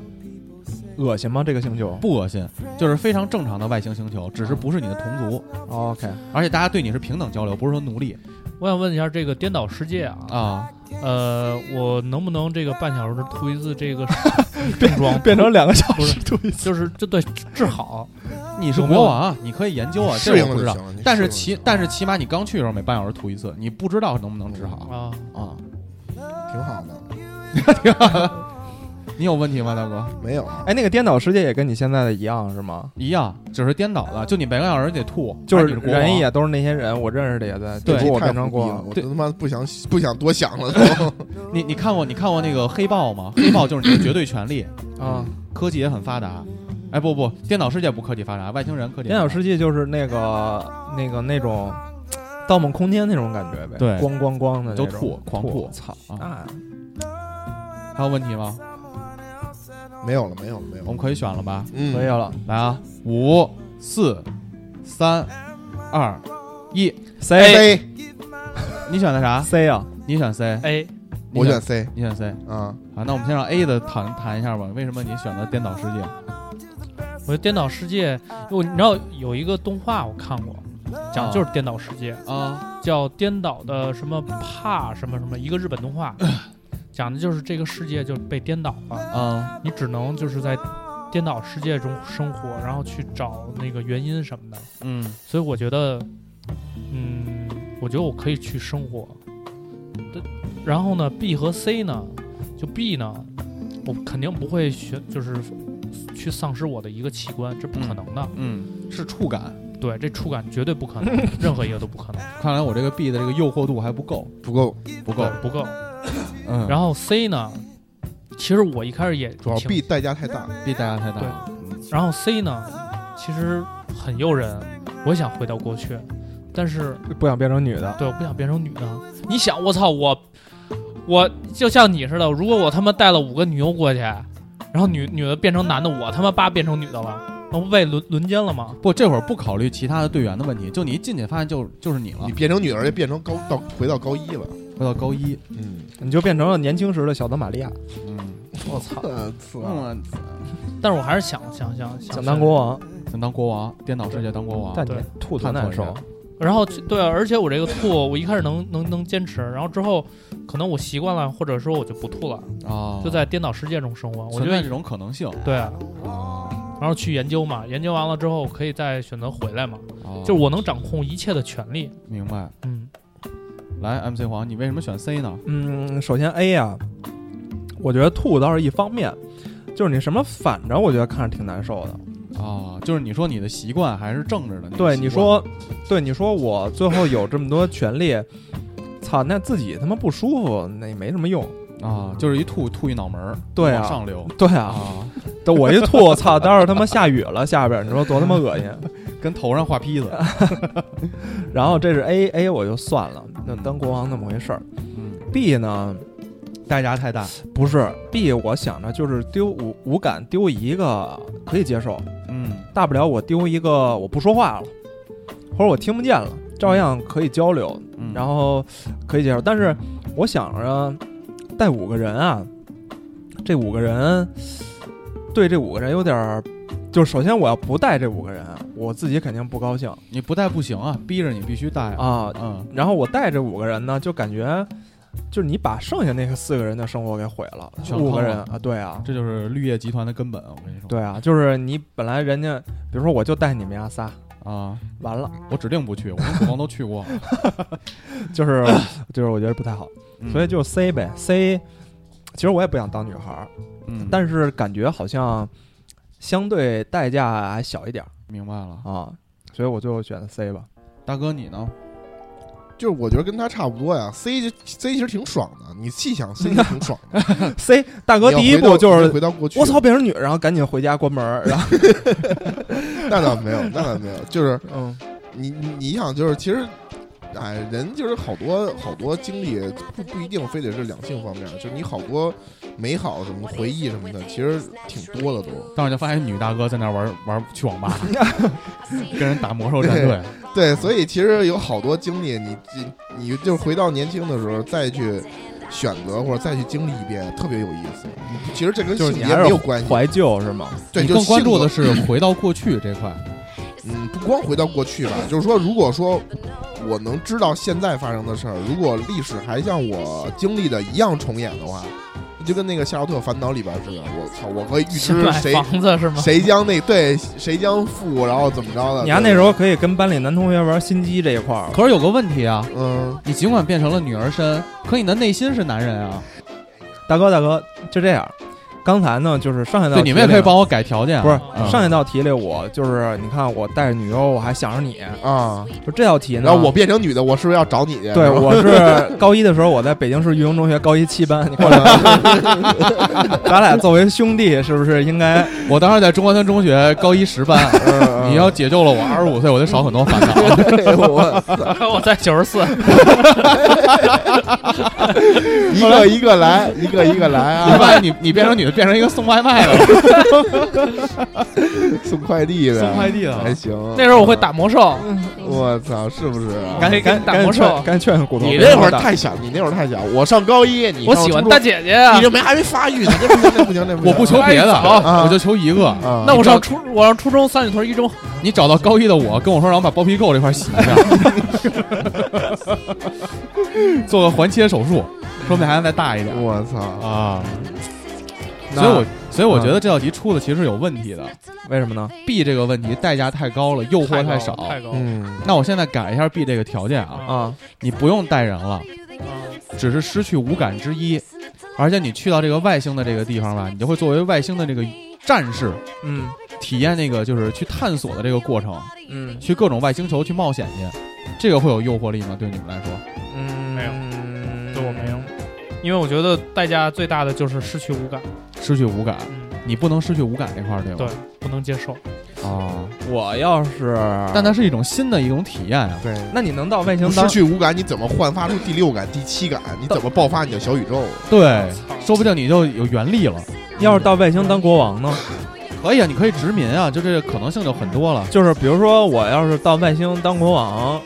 A: 恶心吗？这个星球
B: 不恶心，就是非常正常的外星星球，只是不是你的同族，
A: ？OK，
B: 而且大家对你是平等交流，不是说奴隶
D: 我想问一下这个颠倒世界啊，
B: 啊。
D: 呃，我能不能这个半小时涂一次 这个
A: 变装变成两个小
D: 不是
A: 时对比，
D: 就是就对治好？
B: 你是
D: 有没有
B: 国王，你可以研究
E: 嗯，
B: 啊，
E: 适
B: 这
E: 应
B: 我
E: 了
B: 不知
E: 就
B: 道
E: 行。了。你
B: 但是
E: 适应了就
B: 起
E: 行
B: 但是起码你刚去的时候每半小时涂一次，你不知道能不能治好
D: 啊，
B: 啊。
E: 挺好的，
B: 你有问题吗，大哥？
E: 没有啊。
A: 哎，那个颠倒世界也跟你现在的一样是吗？
B: 一样，只是颠倒了，就你每个小时得吐，
A: 就是
B: 而且国王
A: 人也都是那些人，我认识的也在，
B: 对
A: 只不过我
E: 太
A: 变
E: 牛
A: 成
E: 逼
A: 国
E: 了，
A: 王。
E: 我
B: 对哎
E: 他妈不想不想多想了都。
B: 你你看过你看过那个黑豹吗？黑豹就是你的绝对权利，
A: 啊，
B: 科技也很发达。哎，不不，颠倒世界不科技发达，外星人科技
A: 颠
B: 发
A: 倒
B: 达
A: 世界就是那个那个那种《盗梦空间》那种感觉呗，
B: 对
A: 咣咣咣的那
B: 都
A: 种
B: 吐狂吐
A: 操！
B: 啊
A: 那
B: 还有问题吗？
E: 没有了，没有了，没有
B: 我
E: 了。
B: 们可以选了吧？
E: 嗯，
A: 可以了。
B: 来啊，五、四、三、二、一，
A: C
E: C，
B: 你选的啥？
A: C 啊，
B: 你选 C，
D: 哎，
B: 你
E: 我选 C
B: 你选 C
E: 啊。
B: 啊。那我们先让 A 的谈谈一下吧，为什么你选择颠倒世界？
D: 我觉得颠倒世界，我你知道有一个动画我看过，讲的就是颠倒世界，
B: 啊，
D: 叫《颠倒的什么怕什么什么》，一个日本 动画，讲的就是这个世界就被颠倒了，
B: 嗯
D: 你只能就是在颠倒世界中生活，然后去找那个原因什么的。
B: 嗯，
D: 所以我觉得，嗯，我觉得我可以去生活。对然后呢，B 和 C 呢，就 B 呢，我肯定不会选，就是去丧失我的一个器官，这不可能的。
B: 嗯，是触感。
D: 对，这触感绝对 不可能，任何一个都不可能，
B: 看来我这个 B 的这个诱惑度还不够，
E: 不够，
B: 不够
D: 对。，不够。
B: 嗯，
D: 然后 C 呢，其实我一开始也
E: 主要
D: 挺
E: B 代价太大。
B: B 代价太大
D: 对
B: 了。
D: 然后 C 呢，其实很诱人，我想回到过去，但是
A: 不想变成女的。
D: 对，我不想变成女的。你想，我操，我我就像你似的，如果我他妈带了五个女优过去，然后女女的变成男的，我他妈八变成女的了，那不被轮轮奸了吗？
B: 不，这会儿不考虑其他的队员的问题，就你一进去发现就就是你了
E: 你。变成女儿就变成高到回到高一了。
B: 回到高一，
E: 嗯，
A: 你就变成了年轻时的小德玛利亚、
B: 嗯，
D: 我操！
E: 我操，
B: 嗯，
D: 但是我还是想想想想
A: 想当国。王，
B: 想当国王，颠倒世界当国王。
A: 但你
D: 对
A: 啊吐痰难受。
D: 然后就对，啊而且我这个吐，我一开始能能能坚持，然后之后可能我习惯了，或者说我就不吐了，
B: 啊，
D: 就在颠倒世界中生活。我觉
B: 存在
D: 得
B: 这种可能性。
D: 对啊，
B: 啊，
D: 然后去研究嘛，研究完了之后我可以再选择回来嘛，就是我能掌控一切的权利。
B: 啊明白。
D: 嗯。
B: 来，MC 黄，你为什么选 C 呢？
A: 嗯，首先 A 啊，我觉得吐倒是一方面，就是你什么反着，我觉得看着挺难受的。
B: 啊，就是你说你的习惯还是政治的那个
A: 对，
B: 嗯习
A: 你
B: 惯
A: 说，对，你说我最后有这么多权利，操，那自己他妈不舒服，那也没什么用。
B: 啊，就是一吐吐一脑门儿，
A: 对啊
B: 往上流
A: 对啊，
B: 啊，
A: 都我一吐，操，待会儿他妈下雨了，下边儿你说多他妈恶 心。
B: 跟头上 画坯子。
A: 然后这是 A A 我就算了，就当国王那么回事儿。
B: 嗯，
A: B 呢，
B: 代价太大。
A: 不是 B，我想着就是丢五五感丢一个可以接受，
B: 嗯
A: 大不了我丢一个我不说话了，或者我听不见了，照样可以交流，
B: 嗯，
A: 然后可以接受。但是我想着带五个人啊，这五个人对这五个人有点儿，就是首先我要不带这五个人，啊我自己肯定不高兴
B: 你不带不行啊，逼着你必须带啊。
A: 啊。
B: 嗯，
A: 然后我带这五个人呢，就感觉就是你把剩下那个四个人的生活给毁了，
B: 全
A: 五
B: 坑
A: 个
B: 了
A: 人啊，对啊，
B: 这就是绿叶集团的根本，我跟你说。
A: 对啊，就是你本来人家，比如说我就带你们家仨，
B: 啊，
A: 完了，
B: 我指定不去，我跟国王都去 过，
A: 就是 就是我觉得不太好，
B: 嗯
A: 所以就 C 呗，C。其实我也不想当女孩儿，
B: 嗯，
A: 但是感觉好像相对代价还小一点儿
B: 明白了，
A: 啊，所以我最后选的 C 吧。
B: 大哥你呢？
E: 就是我觉得跟他差不多呀。C 就 C 其实挺爽的，你细想 C 是挺爽的。
A: C 大哥
E: 嗯你要
A: 第一
E: 回
A: 步
E: 到
A: 就
E: 你
A: 是
E: 回到过去。
A: 我操，变成女，然后赶紧回家关门儿，然后
E: 那倒没有，那倒没有，就是
A: 嗯
E: 你你你想就是其实哎，人就是好多好多经历，不不一定非得是两性方面，就是你好多美好什么回忆什么的，其实挺多的都。
B: 当时就发现女大哥在那儿玩玩去网吧，跟人打魔兽战 队，
E: 对，所以其实有好多经历，你你你就回到年轻的时候再去选择或者再去经历一遍，特别有意思。其实这跟
A: 就是
E: 性
A: 你
E: 别
A: 还
E: 没
A: 是
E: 有关系，
A: 怀旧是吗？
E: 对，
B: 你
E: 就
B: 更关注
E: 性格
B: 的是回到过去这块。
E: 嗯，不光回到过去吧，就是说，如果说我能知道现在发生的事儿，如果历史还像我经历的一样重演的话，就跟那个《夏洛特烦恼》里边似的，我操，我可以预
D: 先
E: 知
D: 买
E: 谁
D: 房子是吗？
E: 谁将那对谁将富，然后怎么着的。
A: 你丫那时候可以跟班里男同学玩心机这一块儿，
B: 可是有个问题啊，
E: 嗯，
B: 你尽管变成了女儿身，可你的内心是男人啊。
A: 大哥大哥就这样。刚才呢，就是上一道
B: 对，你们也
A: 题
B: 可以
A: 里
B: 帮我改条件啊。
A: 不是、
B: 嗯
A: 上一道题里我就是你看我带着女优，我还想着你，
E: 啊，
A: 就这道题呢，
E: 然后我变成女的，我是不是要找你去？
A: 对
E: 是吧
A: 我是高一的时候我在北京市育英中学高一七班，你过来，咱俩作为兄弟是不是应该
B: 我当时在中关村中学高一十班，你要解救了我二十五岁，我就少很多烦 恼。
E: 对我
D: 我在九十四，
E: 嗯一个一个来，一个一个来
B: 你
E: 啊，
B: 发现你你变成女的，变成一个送外卖的，
E: 送快递的，
B: 递
A: 啊
E: 还行。
D: 那时候我会，打魔兽，
E: 嗯我操，是不是啊？
D: 赶紧赶紧打魔兽。
A: 该劝骨头。
E: 你那会儿太小，你那会儿太小。我上高一，你
D: 我
E: 上
D: 喜欢
E: 初中
D: 大姐姐啊
E: 你！这没还没发育呢，这不行，这不行，这不
B: 我
E: 行。
B: 不求别的，
E: 啊
B: 我就求一个。
E: 啊，
D: 那我上初我上初中三里屯一中，
B: 你找到高一的我，跟我说让我把包皮垢这块洗一下， 做个环切手术，说不定还能再大一点
E: 我操，
B: 啊。
E: 那
B: 所以我所以我觉得这道题出的其实是有问题的
A: 为什么呢？
B: ，B 这个问题代价太高了，诱惑
D: 太
B: 少。
D: 太高了。
E: 嗯，
B: 那我现在改一下 B 这个条件啊，
A: 啊，
B: 你不用带人了，只是失去五感之一，而且你去到这个外星的这个地方吧，你就会作为外星的这个战士，
A: 嗯
B: 体验那个就是去探索的这个过程，
A: 嗯
B: 去各种外星球去冒险去，这个会有诱惑力吗？对你们来说，
A: 嗯，
D: 没有
A: 有
D: 对我没有，因为我觉得代价最大的就是失去五感，
B: 失去五感，
D: 嗯，
B: 你不能失去五感这块儿，对
D: 对
B: 吗？，
D: 不能接受。
B: 对啊，
A: 我要是，
B: 但它是一种新的一种体验啊。
E: 对。
A: 那你能到外星
E: 不
A: 当
E: 失去五感，你怎么焕发出第六感、第七感？你怎么爆发你的小宇宙？
B: 对，说不定你就有原力了。
A: 要是到外星当国王呢？
B: 可以啊，你可以殖民啊，就这个可能性就很多了。
A: 就是比如说，我要是到外星当国王，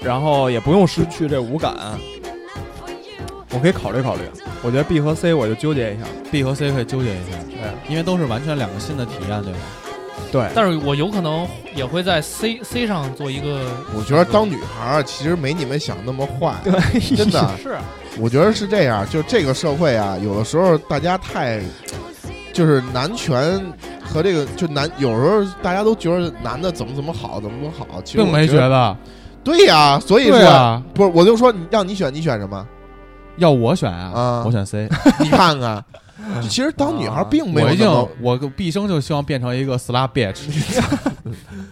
A: 然后也不用失去这五感，我可以考虑考虑。我觉得 B 和 C 我就纠结一下。
B: B 和 C 可以纠结一下，因为都是完全两个新的体验，对吧？
A: 对，
D: 但是我有可能也会在 C C 上做一个，
E: 我觉得当女孩儿其实没你们想那么坏，真的。
D: 是啊
E: 我觉得是这样，就这个社会啊，有的时候大家太，就是男权和这个就男，有时候大家都觉得男的怎么怎么好，怎么怎么好，其实
B: 并
E: 我
B: 没
E: 觉
B: 觉
E: 得。
B: 得，
E: 对呀、所以说、
B: 对啊，
E: 不是，我就说你让你选，你选 什么？
B: 要我选啊
E: 啊，
B: 我选 C。
E: 你看看，其实当女孩并 没有
B: 嗯啊我一
E: 那
B: 定
E: 么，，
B: 我毕生就希望变成一个 slut bitch。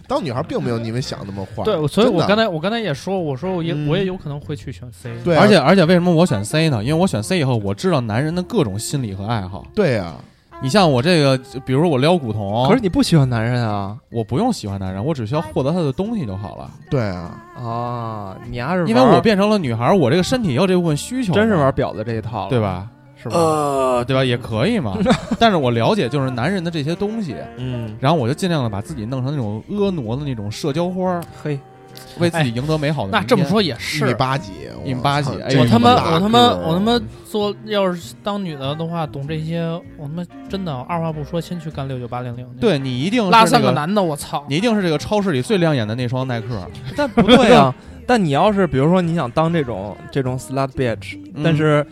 E: 当女孩并没有你们想那么坏。
D: 对，所以我
E: 真的
D: 刚才我刚才也说，我说我也
E: 嗯
D: 我也有可能会去选 C，
E: 对 啊、
B: 而且而且为什么我选 C 呢？因为我选 C 以后，我知道男人的各种心理和爱好。
E: 对呀、
B: 你像我这个，比如我撩古铜，
A: 可是你不喜欢男人啊
B: 我不用喜欢男人，我只需要获得他的东西就好了。
E: 对啊，
A: 啊！你丫是
B: 因为我变成了女孩，我这个身体也有这部分需求嘛，
A: 真是玩婊子这一套了，
B: 对？吧？
A: 是吧？
B: 呃，对吧？也可以嘛。但是我了解就是男人的这些东西，
A: 嗯，
B: 然后我就尽量的把自己弄成那种婀娜的那种社交花儿，
A: 嘿，
B: 为自己赢得美好的、
D: 那这么，说也
E: 一米
D: 是。
E: 八几，
B: 一米八几
E: 我操
B: 哎呦
D: 我
B: 你
D: 他妈
B: 们，
D: 我他妈，我他妈做，要是当女的的话，懂这些，我他妈真的二话不说，先去干六九八零零。，
B: 对你一定是
D: 拉三
B: 那个
D: 个男的，我操！
B: 你一定是这个超市里最亮眼的那双耐克，
A: 但不对啊。 但你要是比如说你想当这种这种 slut bitch，、
B: 嗯
A: 但是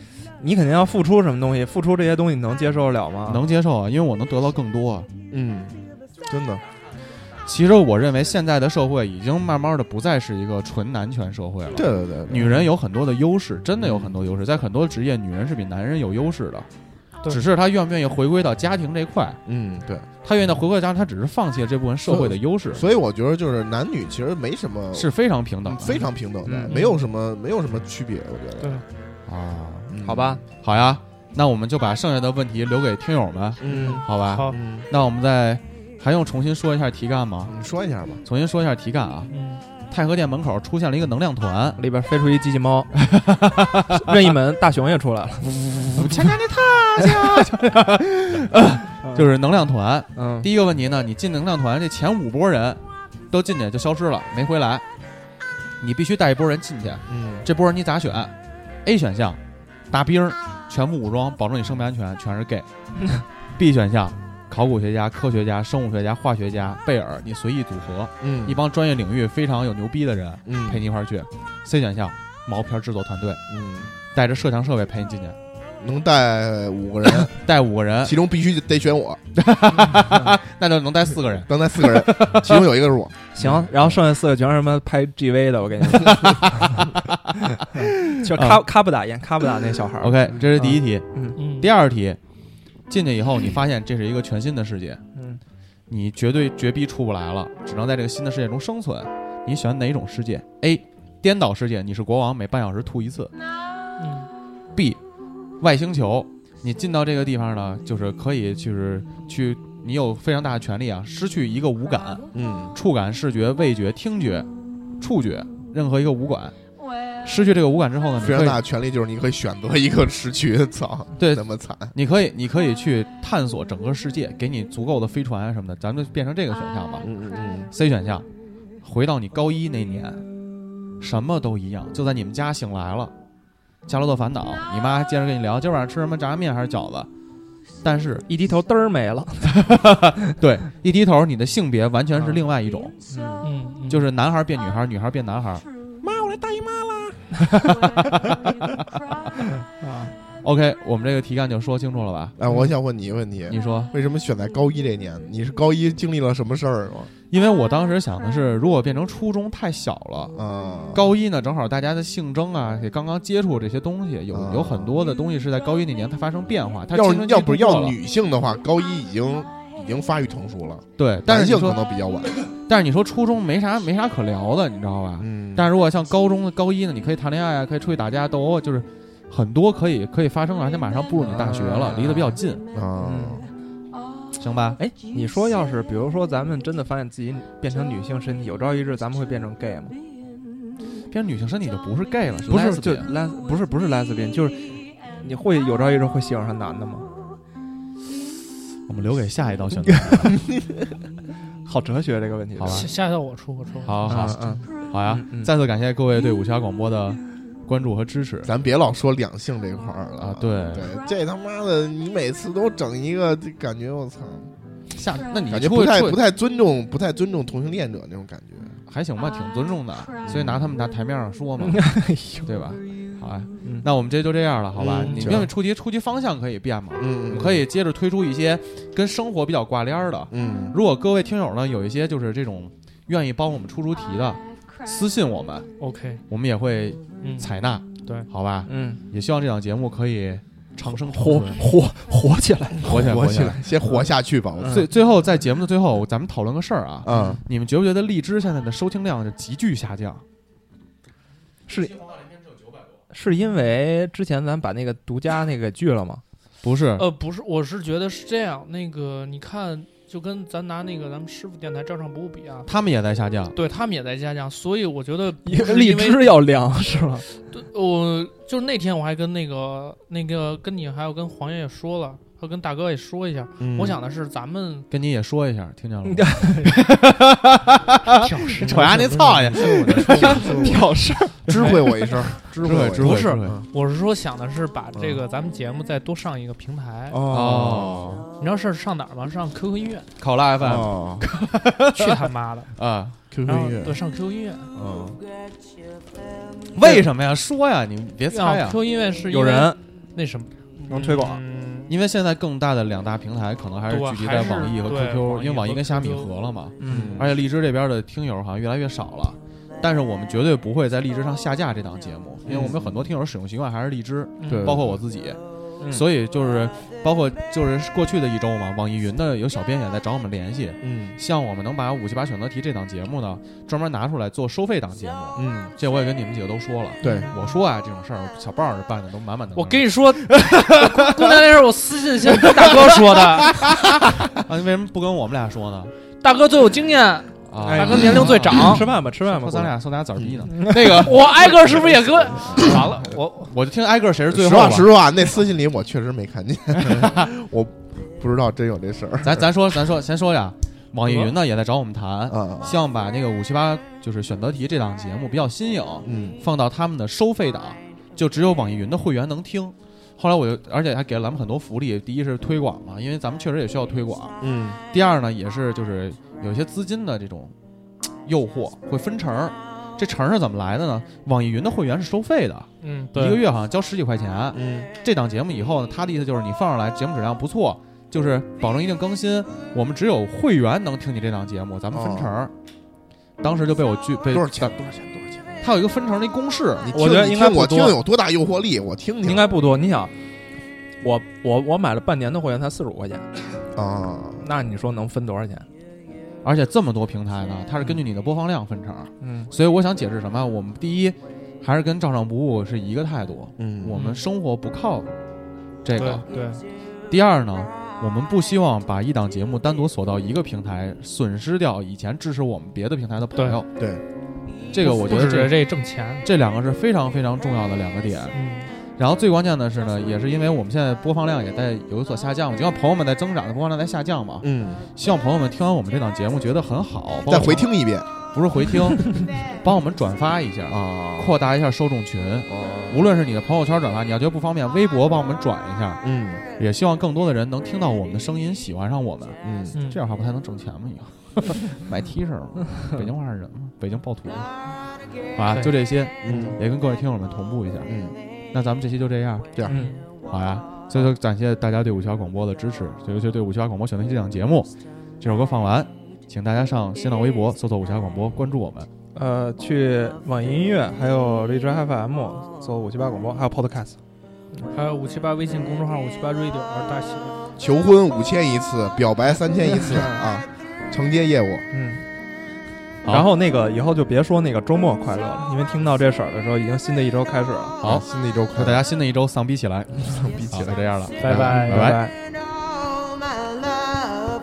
A: 你肯定要付出什么东西，付出这些东西你能接受得了吗？
B: 能接受啊，因为我能得到更多。啊
E: 嗯，真的，
B: 其实我认为现在的社会已经慢慢的不再是一个纯男权社会了。
E: 对对对，对
B: 女人有很多的优势，真的有很多优势，在很多职业，女人是比男人有优势的，
D: 对
B: 只是她愿不愿意回归到家庭这块，
E: 嗯对，
B: 她愿意回归到家庭，她只是放弃了这部分社会的优势，
E: 所以我觉得就是男女其实没什么
B: 是非常平等
E: 嗯
B: 的，
E: 非常平等的，
B: 嗯
E: 没有什么没有什么区别，我觉得。
B: 啊。
E: 嗯
A: 好，吧？
B: 好呀，那我们就把剩下的问题留给听友们，
E: 嗯，
B: 好吧？
D: 好，
E: 嗯，
B: 那我们再还用重新说一下题干吗？
E: 你说一下吧。
B: 重新说一下题干啊，
D: 嗯，
B: 太和殿门口出现了一个能量团，
A: 里边飞出一机器 猫，任意门大熊也出来了，
B: 恰恰那踏下，就是能量团。
A: 嗯，
B: 第一个问题呢，你进能量团这前五波人都进去就消失了，没回来，你必须带一波人进去。
A: 嗯
B: 这波人你咋选？A 选项，大兵儿，全副武装，保证你生命安全，全是 gay。B 选项，考古学家、科学家、生物学家、化学家、贝尔，你随意组合，
E: 嗯
B: 一帮专业领域非常有牛逼的人
E: 嗯
B: 陪你一块儿去。C 选项，毛片制作团队
E: 嗯，
B: 带着摄像设备陪你进去，
E: 能带五 个人，
B: 带五个人，
E: 其中必须得选我，
B: 那就能带四个人。
E: 刚才四 个人，其中有一个是我。
A: 行，然后剩下四个全是什么拍 GV 的，我 跟你说，就咔咔不打眼，咔不打那小孩儿
B: 嗯 OK，这是第一题。
D: 嗯，
B: 第二题，进去以后你发现这是一个全新的世界，
A: 嗯，
B: 你绝对绝逼出不来了，只能在这个新的世界中生存。你选哪种世界？A. 颠倒世界，你是国王，每半小时吐一次
D: 嗯
B: ；B. 外星球，你进到这个地方呢，就是可以就是去，你有非常大的权利啊，失去一个五感，
E: 嗯
B: 触感、视觉、味觉、听觉、触觉，任何一个五感。失去这个五感之后呢，你可
E: 非常
B: 以
E: 大的权利就是你可以选择一个时区， 操，
B: 对
E: 那么惨，
B: 你可以，你可以去探索整个世界，给你足够的飞船啊什么的，咱们就变成这个选项
F: 啊
B: 吧。
E: 嗯嗯
B: C 选项，回到你高一那年，什么都一样，就在你们家醒来了，《夏洛特烦恼》，
F: 啊
B: 你妈接着跟你聊今晚上吃什么炸面还是饺子，但是
A: 一低头嘚儿没了，
B: 对一低头，你的性别完全是另外一种，
F: 啊
A: 嗯，
D: 嗯，嗯
B: 就是男孩变女孩，女孩变男孩。
F: 妈，我来大姨妈啦！
B: OK，我们这个题干就说清楚了吧？
E: 哎，我想问你一个问题，
B: 你说，
E: 为什么选在高一这年？你是高一经历了什么事儿吗？
B: 因为我当时想的是，如果变成初中太小了。
E: 啊，
B: 高一呢，正好大家的性征啊，也刚刚接触这些东西，有
E: 啊
B: 有很多的东西是在高一那年它发生变化。它
E: 要
B: 青春期
E: 要不是
B: 度过
E: 要
B: 了
E: 女性的话，高一已经已经发育成熟了，
B: 对，但是
E: 男
B: 你
E: 性可
B: 说，
E: 能比较晚。
B: 但是你说初中没啥没啥可聊的，你知道吧？
E: 嗯
B: 但是如果像高中的高一呢，你可以谈恋爱啊，可以出去打架斗殴啊，就是很多可以可以发生的，而且马上步入你大学了，离得比较近，
E: 啊，
B: 嗯行吧？
A: 哎，你说要是比如说咱们真的发现自己变成女性身体，有朝一日咱们会变成 gay 吗？
B: 变成女性身体就不是 gay 了，
A: 不是，
B: lesbian
A: 就 les 不是不是 lesbian，就是你会有朝一日会喜欢上男的吗？
B: 我们留给下一道选择。
A: 好哲学这个问题，
B: 好吧
D: 下下一道我出我出，
B: 好好好
A: 嗯
B: 好呀
A: 嗯！嗯
B: 再次感谢各位对武侠广播的关注和支持。
E: 咱别老说两性这块儿了
B: 啊对
E: 对，这他妈的，你每次都整一个，这感觉我操，
B: 下，那你
E: 感觉
B: 出
E: 不太
B: 出
E: 不太尊重，不太尊重同性恋者那种感觉。
B: 还行吧，挺尊重的，所以拿他们拿台面上说嘛，对吧？好啊，
A: 嗯
B: 那我们这就这样了，好吧？
E: 嗯
B: 你
E: 行
B: 因为出题出题方向可以变嘛，我
E: 嗯
B: 们可，以接着推出一些跟生活比较挂链儿的。
E: 嗯，
B: 如果各位听友呢有一些就是这种愿意帮我们出出题
G: 啊
B: 的，私信我们，
D: OK，
B: 我们也会
D: 嗯，
B: 采纳，
D: 对
B: 好吧？
A: 嗯，
B: 也希望这档节目可以长生
A: 火
B: 活
A: 火火起来，
B: 火起来，
E: 活
B: 火
E: 起。来，先活下去吧。我
A: 嗯
B: 最最后，在节目的最后，咱们讨论个事儿啊，
E: 嗯，
B: 你们觉不觉得荔枝现在的收听量就急剧下降？
A: 是 是因为之前咱把那个独家那个拒了吗？
B: 不是，
D: 呃，不是，我是觉得是这样，那个你看，就跟咱拿那个咱们师傅电台照常不误比啊，
B: 他们也在下降。
D: 对他们也在下降，所以我觉得不
A: 因为
D: 是
A: 荔
D: 因为
A: 枝要凉是吗？
D: 对我就是那天我还跟那个那个跟你还有跟黄爷也说了，还有跟大哥也说一下，
B: 嗯
D: 我想的是咱们
B: 跟你也说一下，听见了吗？
D: 挑事
B: 瞅牙那操去！
E: 嗯
A: 挑 事儿，
E: 知会我一声，知
B: 慧
E: 会
B: 知
E: 我
B: 慧
E: 一
B: 知
E: 声
B: 慧
E: 嗯
D: 我是说想的是把这个咱们节目再多上一个平台，
E: 嗯
B: 哦，
D: 你知道是上哪儿吗？上 QQ 音乐，
B: 考拉 FM
E: 哦
D: 去他妈的！
B: 啊？
E: ，QQ
D: 然后
E: 音乐
D: 对，，上 QQ 音乐，啊
E: 嗯，
B: 为什么呀？说呀，你别猜
D: 上
B: 呀，
D: QQ 音乐是因为
A: 有人
D: 那什么
A: 能推广
D: 嗯
B: 因为现在更大的两大平台可能还是
D: 对
B: 聚集在
D: 还是
B: 网易和
D: 对
B: QQ，因为网
D: 网易
B: 易
D: 和
B: 跟虾米
D: QQ
B: 合了嘛，
A: 嗯
B: 而且荔枝这边的听友好像越来越少了。但是我们绝对不会在荔枝上下架这档节目，因为我们有很多听友使用习惯还是荔枝，
D: 嗯
E: 对
B: 包括我自己。
A: 嗯
B: 所以就是包括就是过去的一周嘛，网易云的有小编也在找我们联系，
E: 嗯
B: 希望我们能把五七八选择题这档节目呢，专门拿出来做收费档节目。
E: 嗯，
B: 这我也跟你们几个都说了。
E: 对，
B: 我说啊，这种事儿小豹儿办的都满满的。
D: 我跟你说，姑娘那事儿我私信先跟大哥说的，
B: 啊，你为什么不跟我们俩说呢？
D: 大哥最有经验。
B: 啊，嗯
A: 哎
D: 大哥年龄最长
A: 吃饭吧，吃饭吧，
B: 说咱俩说咱俩崽儿逼呢，
D: 那个，我挨个是不是也跟完了？我
B: 我就听挨个谁是最
E: 实
B: 后吧
E: 话。实话，那私信里我确实没看见，我不知道真有这事儿。
B: 咱咱说咱说先说呀，网易云呢也在找我们谈，
E: 嗯
B: 希望把那个五七八就是选择题这档节目比较新颖，
E: 嗯
B: 放到他们的收费档，就只有网易云的会员能听。后来我就，而且还给了咱们很多福利。第一是推广嘛，因为咱们确实也需要推广。
E: 嗯
B: 第二呢，也是就是有一些资金的这种嘖诱惑会分成儿，这成儿是怎么来的呢？网易云的会员是收费的，
D: 嗯，
B: 一个
D: 对，
B: 月好像交十几块钱。
E: 嗯
B: 这档节目以后呢，他的意思就是你放上来节目质量不错，就是保证一定更新，我们只有会员能听你这档节目，咱们分成儿。当时就被我拒被
E: 多少钱？多少钱？多少钱？
B: 他有一个分成的一公式，
E: 你
A: 我觉得
E: 听
A: 应该
E: 你听我
A: 不
E: 听
A: 多
E: 有多大诱惑力，我听听。
A: 应该不多。你想，我我我买了半年的会员才四十五块钱，
E: 啊，
A: 那你说能分多少钱？
B: 而且这么多平台呢，它是根据你的播放量分成。
A: 嗯，
B: 所以我想解释什么？我们第一还是跟照常不误是一个态度，
E: 嗯
B: 我们生活不靠这
D: 对
B: 个。
D: 对，
B: 第二呢，我们不希望把一档节目单独锁到一个平台，损失掉以前支持我们别的平台的朋友。
E: 对，
B: 这个我觉
D: 不
B: 得
D: 止
B: 这
D: 这挣钱，
B: 这两个是非常非常重要的两个点。
D: 嗯，
B: 然后最关键的是呢，也是因为我们现在播放量也在有所下降，就像朋友们在增长，播放量在下降嘛。
E: 嗯，
B: 希望朋友们听完我们这档节目觉得很好，包括
E: 再回听一遍
B: 不是回听， 帮我们转发一下，
E: 啊
B: 扩大一下受众群。
E: 哦，
B: 无论是你的朋友圈转发，你要觉得不方便，微博帮我们转一下，
E: 嗯
B: 也希望更多的人能听到我们的声音，喜欢上我们。
E: 嗯，
D: 嗯
B: 这样的话不太能挣钱吗？以后 买 T 恤吗？ 北京话是人吗？北京暴徒吗？好啊，
D: 对
B: 就这些，
E: 嗯
B: 也跟各位听友们同步一下。
E: 嗯，
B: 那咱们这期就这样，
A: 嗯，
B: 好呀、所以说感谢大家对五七八广播的支持，尤其对五七八广播选择这档节目。这首歌放完，请大家上新浪微博搜索五七八广播，关注我们。
A: 呃，去网易音乐，还有荔枝
B: 哦
A: FM，搜五七八广播，还有 Podcast。
D: 还有五七八微信公众号五七八 radio 我是大写，
E: 求婚五千一次，表白三千一次啊，承接业务。
A: 嗯，
B: 好哦
A: 然后那个以后就别说那个周末快乐了，因为听到这事儿的时候，已经新的一周开始了。
B: 好
E: 新的一周快
B: 祝大
E: 乐，
B: 家新的一周丧逼起来，
E: 比起
B: 好，
E: 来
B: 就。这样了，
D: 拜拜
B: 拜拜。
F: And all my love.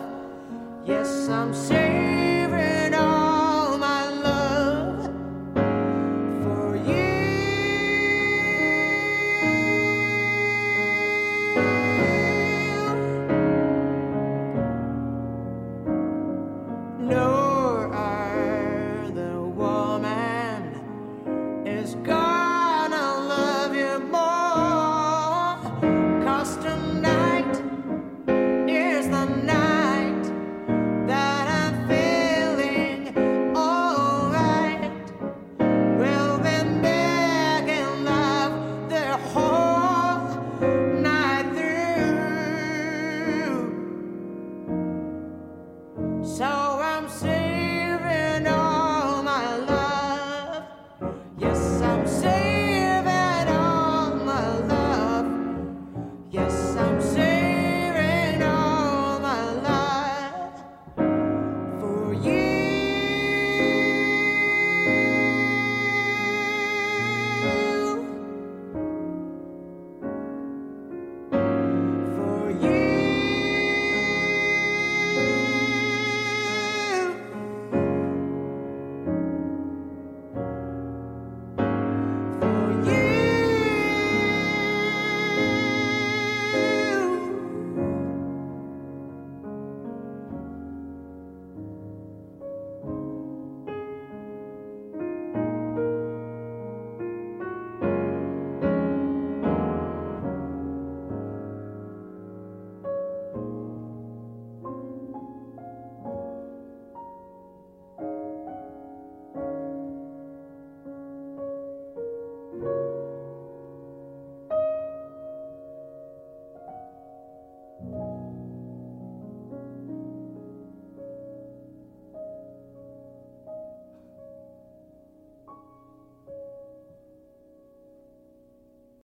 F: Yes, I'm saving all my love for you. Nor other woman is gonna love you more. Cause tonight is the night that I'm feeling alright. We'll be back in love the whole night through. So